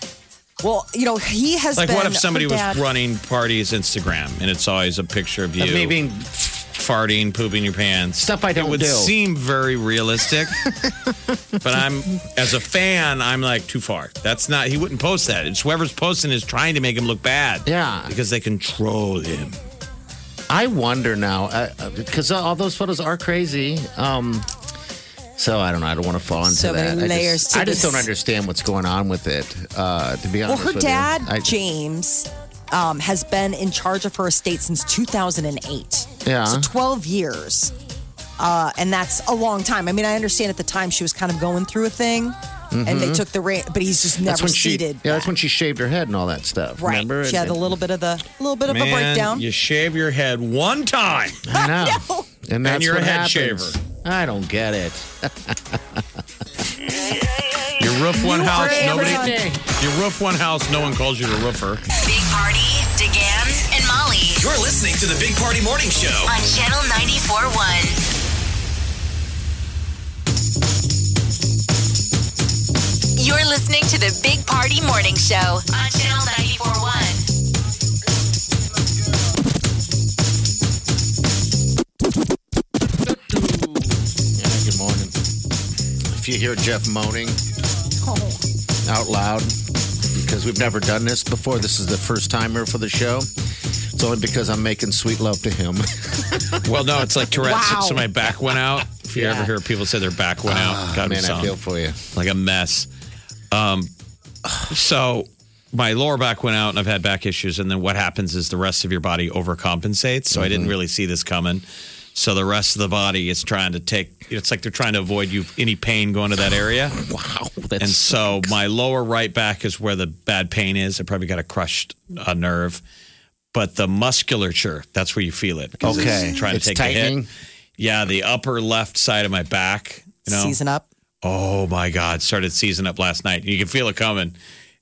Well, you know, he has
like,
been
what if somebody
her
was
dad-
running party's Instagram and it's always a picture of you
Of me being-
farting, pooping your pants?
Stuff I don't
It would
do.
seem very realistic, but I'm as a fan, I'm like too far. That's not. He wouldn't post that. It's whoever's posting is trying to make him look bad.
Yeah.
because they control him.
I wonder now because all those photos are crazy. Um, so I don't know. I don't want to fall into
So
that.
many
I
layers
just,
to
I just
this.
don't understand what's going on with it. Uh, to be
Well,
honest,
her
with you.
dad,
I-
James, um, has been in charge of her estate since 2008.
Yeah.
So 12 years. Uh, and that's a long time. I mean, I understand at the time she was kind of going through a thing and they
Mhm.
took the reign, but he's just
that's
never
when she.
ceded.
Yeah, that's when she shaved her head and all that stuff.
Right.
Remember?
She had a
And-
little bit of the little bit of a
Man,
breakdown.
You shave your head one time.
I know. And that's
you're a
what
head
happens.
shaver.
I don't get it.
You roof one
You
house,
pray every
nobody.
day.
You roof one house, no one calls you the roofer.
Big Party, DeGan, and Molly
You're listening to the Big Party Morning Show.
on Channel 94.1. You're listening to the Big Party Morning Show on Channel 94.1.
Yeah, good morning. If you hear Jeff moaning
Oh.
out loud, because we've never done this before, this is the first timer for the show. It's only because I'm making sweet love to him.
Well, no, it's like Tourette's.
Wow.
So my back went out. If you ever hear people say their back went out, God,
Ah, man, I
sound
feel for you.
Like a mess. Um, so my lower back went out, and I've had
Mm-hmm.
back issues. And then what happens is the rest of your body overcompensates. So I didn't really see this coming. So the rest of the body is trying to take. It's like they're trying to avoid you any pain going to that area.
Wow.
and so my lower right back is where the bad pain is. I probably got a crushed uh, nerve, but the musculature that's where you feel it. 'cause
Okay.
it's trying
It's
to take a
tightening?
hit. Yeah, the upper left side of my back. You know,
Season up.
Oh my God! Started season up last night. You can feel it coming.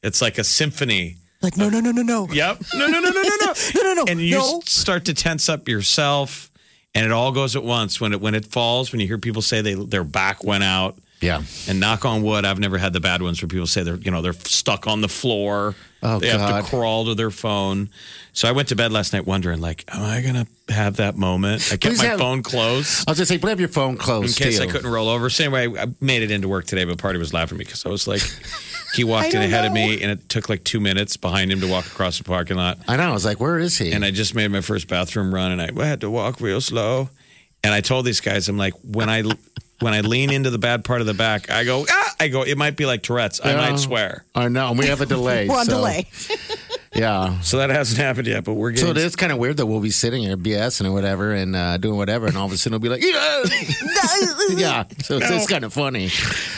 It's like a symphony.
Like, no, no, no, no, no.
Yep. No, no, no, no, no, no.
no, no, no.
And you
no.
s- start to tense up yourself, and it all goes at once. When it when it falls, when you hear people say they their back went out,
Yeah.
and knock on wood, I've never had the bad ones where people say they're you know they're stuck on the floor.
Oh,
they have
God.
to crawl to their phone. So I went to bed last night wondering, like, am I gonna have that moment? I kept
Please
my
have-
phone closed
I was gonna say, but have your phone
in
closed
case
too.
I couldn't roll over. Same way I made it into work today, but party was laughing at me because I was like, he walked in
don't
ahead of
know.
me, and it took like two minutes behind him to walk across the parking lot.
I know. I was like, where is he?
And I just made my first bathroom run, and I had to walk real slow. And I told these guys, I'm like, when I when I lean into the bad part of the back, I go, ah! I go, it might be like Tourette's. I
Yeah.
might swear.
I know. Oh, And we have a delay.
We're on
so-
delay.
Yeah.
So that hasn't happened yet, but we're
So
getting.
it is kind of weird that we'll be sitting here BSing or whatever and uh, doing whatever, and all of a sudden we'll be like, yeah. So it's just kind of funny.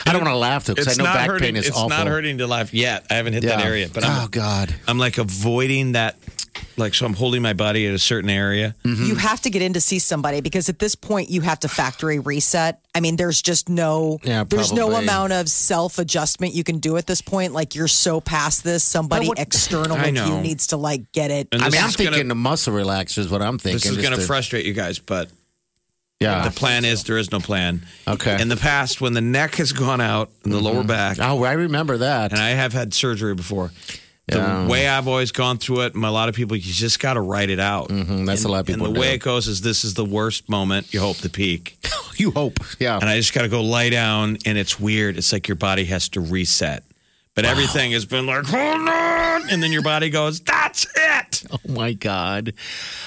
I don't want to laugh though because I
it's
know
not
back
hurting.
pain is
it's
awful.
not hurting to life yet. I haven't hit
Yeah.
that area, but
oh
I'm,
god,
I'm like avoiding that. Like so, I'm holding my body at a certain area.
You have to get in to see somebody because at this point you have to factory reset. I mean, there's just no
Yeah,
there's no
probably.
amount of self adjustment you can do at this point. Like you're so past this, somebody
But what-
external
I
with you
know.
needs to like get it.
And
I
this
mean, I'm
is
thinking
gonna-
the muscle relaxer is what I'm thinking.
This is
just
going to
the-
frustrate you guys, but
Yeah.
the plan is there is no plan.
Okay.
In the past, when the neck has gone out and the lower back,
oh, I remember that.
and I have had surgery before,
Yeah.
the way I've always gone through it, and a lot of people, you just got to write it out.
Mhm, that's a lot of people.
and the way it
do.
goes is this is the worst moment. You hope the peak.
you hope, yeah.
And I just got to go lie down, and it's weird. It's like your body has to reset. But everything has been like, hold on. And then your body goes, that's it.
Oh my God.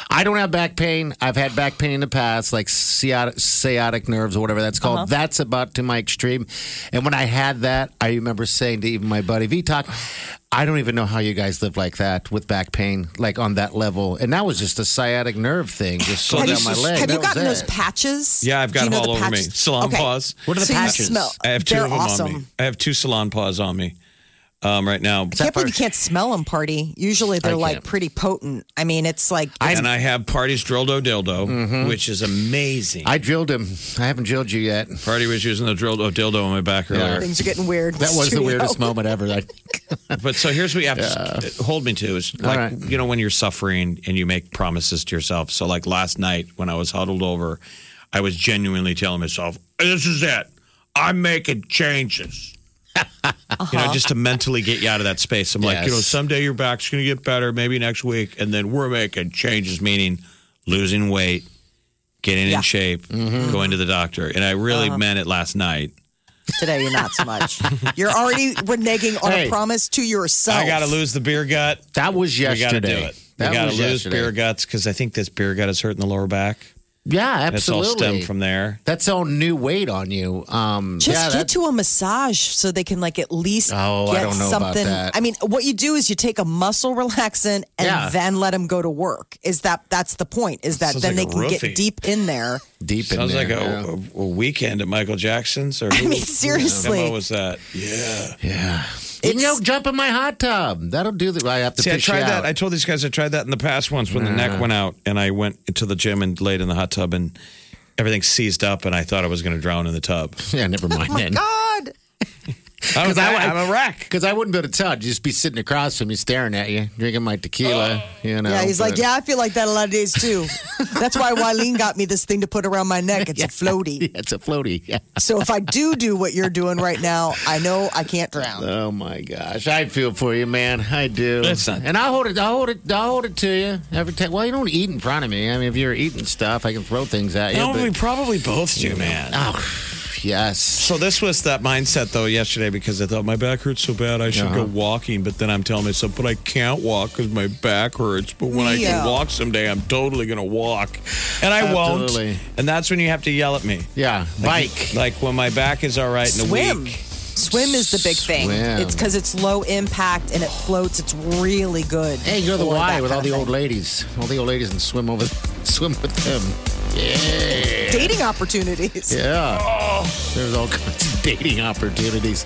I don't have back pain. I've had back pain in the past, like sciatic, sciatic nerves or whatever that's called.
Uh-huh.
That's about to my extreme. And when I had that, I remember saying to even my buddy Vitok, I don't even know how you guys live like that with back pain, like on that level. And that was just a sciatic nerve thing just
So
going
this
down my
is-
leg.
have
That
you
was
gotten those
it.
patches?
Yeah, I've
Do
got
you
them
know
all
the
over me.
patches?
Salon
Okay.
paws.
What are the
So you
patches?
smell-
I have 2
They're
of them
awesome.
on me. I have two salon paws on me um, right now.
Can't believe you can't smell them, party. Usually they're like
can't.
pretty potent. I mean, it's like
and I have Party's Drildo Dildo, which is amazing.
I drilled him. I haven't drilled you yet.
Party was using the Drildo Dildo on my back earlier.
things are getting weird.
That was the
Studio.
weirdest moment ever. Like,
But so here's what you have to uh, hold me to is like,
right.
you know, when you're suffering and you make promises to yourself. So, like last night when I was huddled over, I was genuinely telling myself, this is it. I'm making changes. You know, just to mentally get you out of that space. I'm like, you know,
Yes.
someday your back's going to get better, maybe next week. And then we're making changes, meaning losing weight, getting
Yeah.
in shape,
Mm-hmm.
going to the doctor. And I really
Uh-huh.
meant it last night.
Today, you're not so much. You're already reneging on
Hey.
a promise to
Oh.
yourself.
I got to lose the beer gut.
that was
We got to do
yesterday.
it.
That
we got to
was
lose
yesterday.
beer guts because I think this beer gut is hurting the lower back.
Yeah,
That's all
absolutely.
stemmed from there.
That's all new weight on you. Um,
Just
yeah,
get
that-
to a massage so they can like at least
Oh, I
get
don't know about
something.
that.
I mean, what you do is you take a muscle relaxant and
Yeah.
then let them go to work. Is that that's the point? Is that
Sounds
then
like
they
a
can
roofie.
get deep in there?
deep in
Sounds
there.
like a,
yeah.
a, a weekend at Michael Jackson's. Or
I mean, seriously.
what was that?
yeah. You know, jump in my hot tub. That'll do the. I have to
See, I
fish
tried
you
that.
out.
I told these guys I tried that in the past once when the neck went out, and I went to the gym and laid in the hot tub, and everything seized up, and I thought I was going to drown in the tub.
yeah, never mind then.
Oh God,
I was,
'Cause I-
I, am a wreck.
Because I wouldn't be able to tell. I'd just be sitting across from you, staring at you, drinking my tequila. You know.
Oh. yeah, he's like,
but-
yeah, I feel like that a lot of days too. that's why Wileen got me this thing to put around my neck. It's a floaty.
Yeah, it's a floaty. Yeah.
So if I do do what you're doing right now, I know I can't drown.
Oh my gosh, I feel for you, man. I do.
That's not-
and I hold it. I hold it. I hold it to you every time. Well, you don't eat in front of me. I mean, if you're eating stuff, I can throw things at you.
No,
but-
we probably both do, man.
oh, yes.
So this was that mindset though yesterday because I thought my back hurts so bad I should
Uh-huh.
go walking, but then I'm telling myself, but I can't walk because my back hurts. But when I
Yeah.
can walk someday, I'm totally gonna walk, and I
Absolutely.
won't. And that's when you have to yell at me.
Yeah, bike.
Like when my back is all right in a
Swim.
week.
Swim is the big thing.
Swim.
It's because it's low impact and it floats. It's really good.
Hey, go to the
for
Y
that
with
kind
all
of
the
thing.
old ladies. All the old ladies and swim over, swim with them. Yeah.
Dating opportunities.
Yeah. There's all kinds of dating opportunities.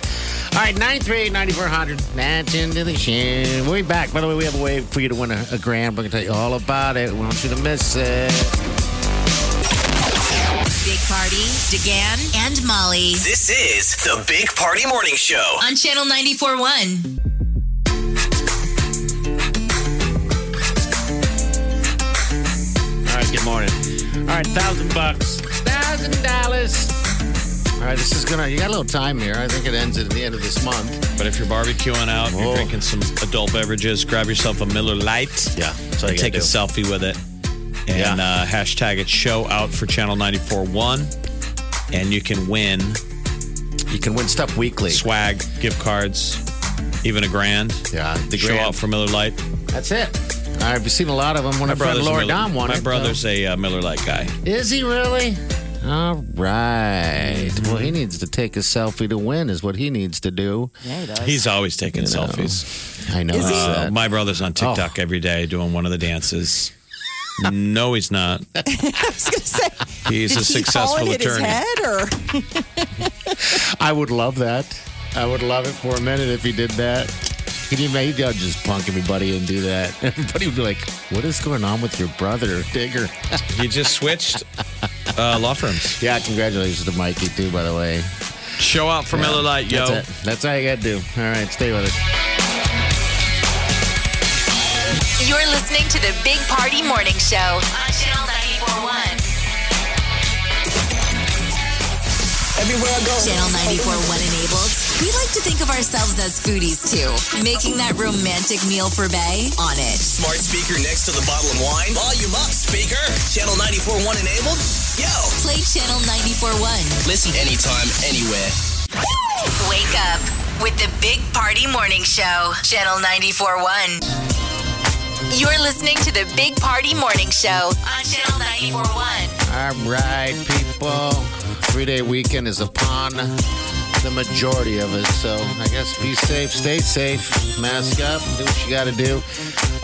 All right, 938-9400. That's into the show. We'll be back. By the way, we have a way for you to win a, a grand. We're going to tell you all about it. We don't want you to miss it.
Big Party, DeGan, and Molly
This is the Big Party Morning Show.
on Channel 94.1.
All right, good morning. All right, thousand bucks. Thousand dollars. All right, this is gonna. You got a little time here. I think it ends at the end of this month.
But if you're barbecuing out, you're drinking some adult beverages, grab yourself a Miller Lite.
Yeah, that's all you gotta
and take a
do.
selfie with it. And uh, hashtag it show out for channel 94.1. And you can win
You can win stuff weekly.
swag, gift cards, even a grand.
Yeah, the
show
grand.
out for Miller Lite.
That's it. All right, we've seen a lot of them. When my friend
brother's a
Laura
Miller-
Dom won
My
it,
brother's a uh, Miller Lite guy.
so- Is he really? All right. Well, he needs to take a selfie to win. Is what he needs to do.
He's always taking selfies.
I know.
Is he?
it's,
Uh,
uh,
my brother's on TikTok every day doing one of the dances. no, he's not.
I was going to say,
He's
did
a
he fall and
successful
hit his
attorney.
head or?
I would love that. I would love it for a minute if he did that. Can you imagine? He'd just punk everybody and do that. Everybody would be like, "What is going on with your brother, Digger?"
He just switched uh, law firms.
Yeah, congratulations to Mikey too, by the way.
Show out for Miller Lite, yo.
That's it. That's all you got to do. All right, stay with us.
You're listening to the Big Party Morning Show on Channel 94.1.
Everywhere I go.
Channel 94.1 enabled. We like to think of ourselves as foodies too. Making that romantic meal for Bay on it.
Smart speaker next to the bottle of wine. Volume up, speaker. Channel 94.1 enabled. Yo,
Play Channel 94.1.
listen anytime, anywhere.
Wake up with the Big Party Morning Show, Channel 94.1. You're listening to the Big Party Morning Show on Channel 94.1.
All right, people. Three day weekend is upon the majority of us. So I guess be safe, stay safe, mask up, do what you got to do.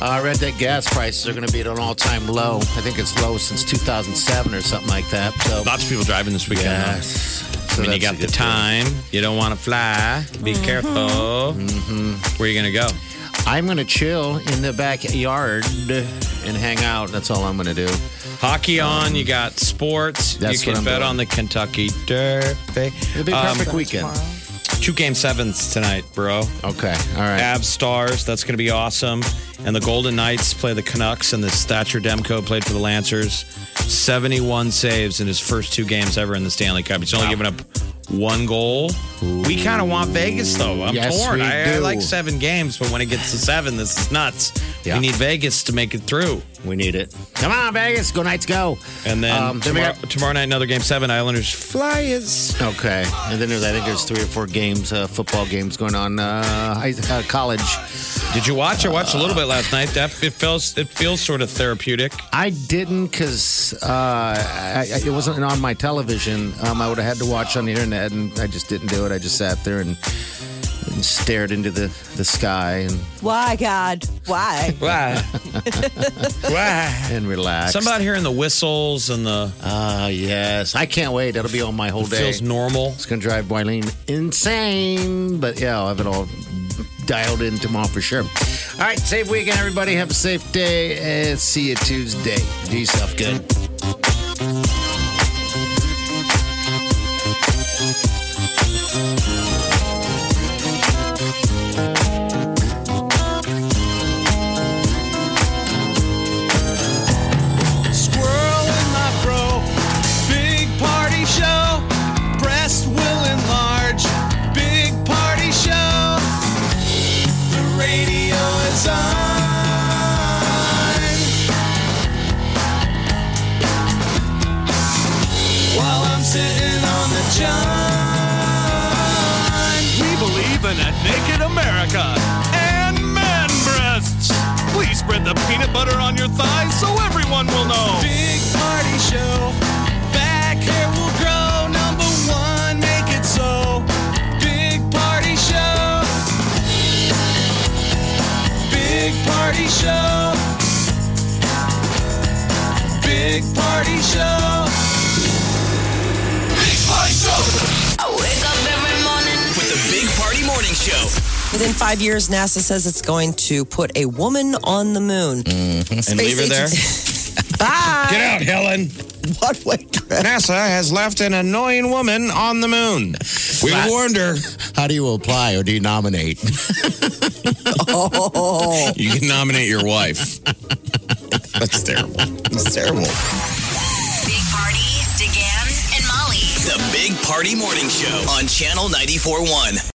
Uh, red dead gas prices are going to be at an all time low. I think it's low since 2007 or something like that. So,
Lots of people driving this weekend. huh?
yes. So
I mean,
that's a
you got the
good Mm-hmm.
time. You don't want to fly. Be careful. Where are you going to go?
thing. I'm going to chill in the backyard and hang out. That's all I'm going to do.
Hockey on. You got sports. You
That's what
can
I'm
bet
doing.
on the Kentucky Derby.
It'll be a
Um,
perfect weekend.
Two game sevens tonight, bro.
Okay. All right.
Av Stars. That's going to be awesome. And the Golden Knights play the Canucks, and the Thatcher Demko played for the Lancers. 71 saves in his first two games ever in the Stanley Cup. He's only given up one goal. We kind of want Vegas, though. I'm
Yes,
torn.
we
I, I
do.
like seven games, but when it gets to seven, this is nuts.
Yeah.
We need Vegas to make it through.
We need it. Come on, Vegas. Go Knights, go.
And then,
Um, then we
tomorrow,
got-
tomorrow night, another game seven, Islanders Flyers.
Okay, and then there's I think there's three or four games, uh, football games going on. Uh, high, uh, college.
Did you watch? I watched a little bit last night. That it feels it feels sort of therapeutic.
I didn't because uh, I- I- it wasn't on my television. Um, I would have had to watch on the internet, and I just didn't do it. I just sat there and, and stared into the the sky and
Why, God? Why?
Why? Why?
and relaxed.
Somebody hearing the whistles and the
Ah, yes. I can't wait. That'll be on my whole
it
day.
feels normal.
It's gonna drive Wileen insane, but yeah, I'll have it all dialed in tomorrow for sure. All right, safe weekend, everybody. Have a safe day, and see you Tuesday. Do yourself good.
Squirrel in my bro. Big party show. Breast will enlarge. Big party show. The radio is on. While I'm sitting on the john. We believe in a naked America and man breasts. Please spread the peanut butter on your thighs so everyone will know. Big party show. Back hair will grow. Number one, make it so. Big party show. Big party show. Big party show.
Within five years, NASA says it's going to put a woman on the moon.
And Mm, leave her there?
there. Bye.
Get out, Helen.
What way?
NASA has left an annoying woman on the moon. We warned her.
How do you apply or do you nominate?
Oh,
You can nominate your wife. That's terrible. That's terrible.
Big Party, DeGan, and Molly.
The Big Party Morning Show on Channel 94.1.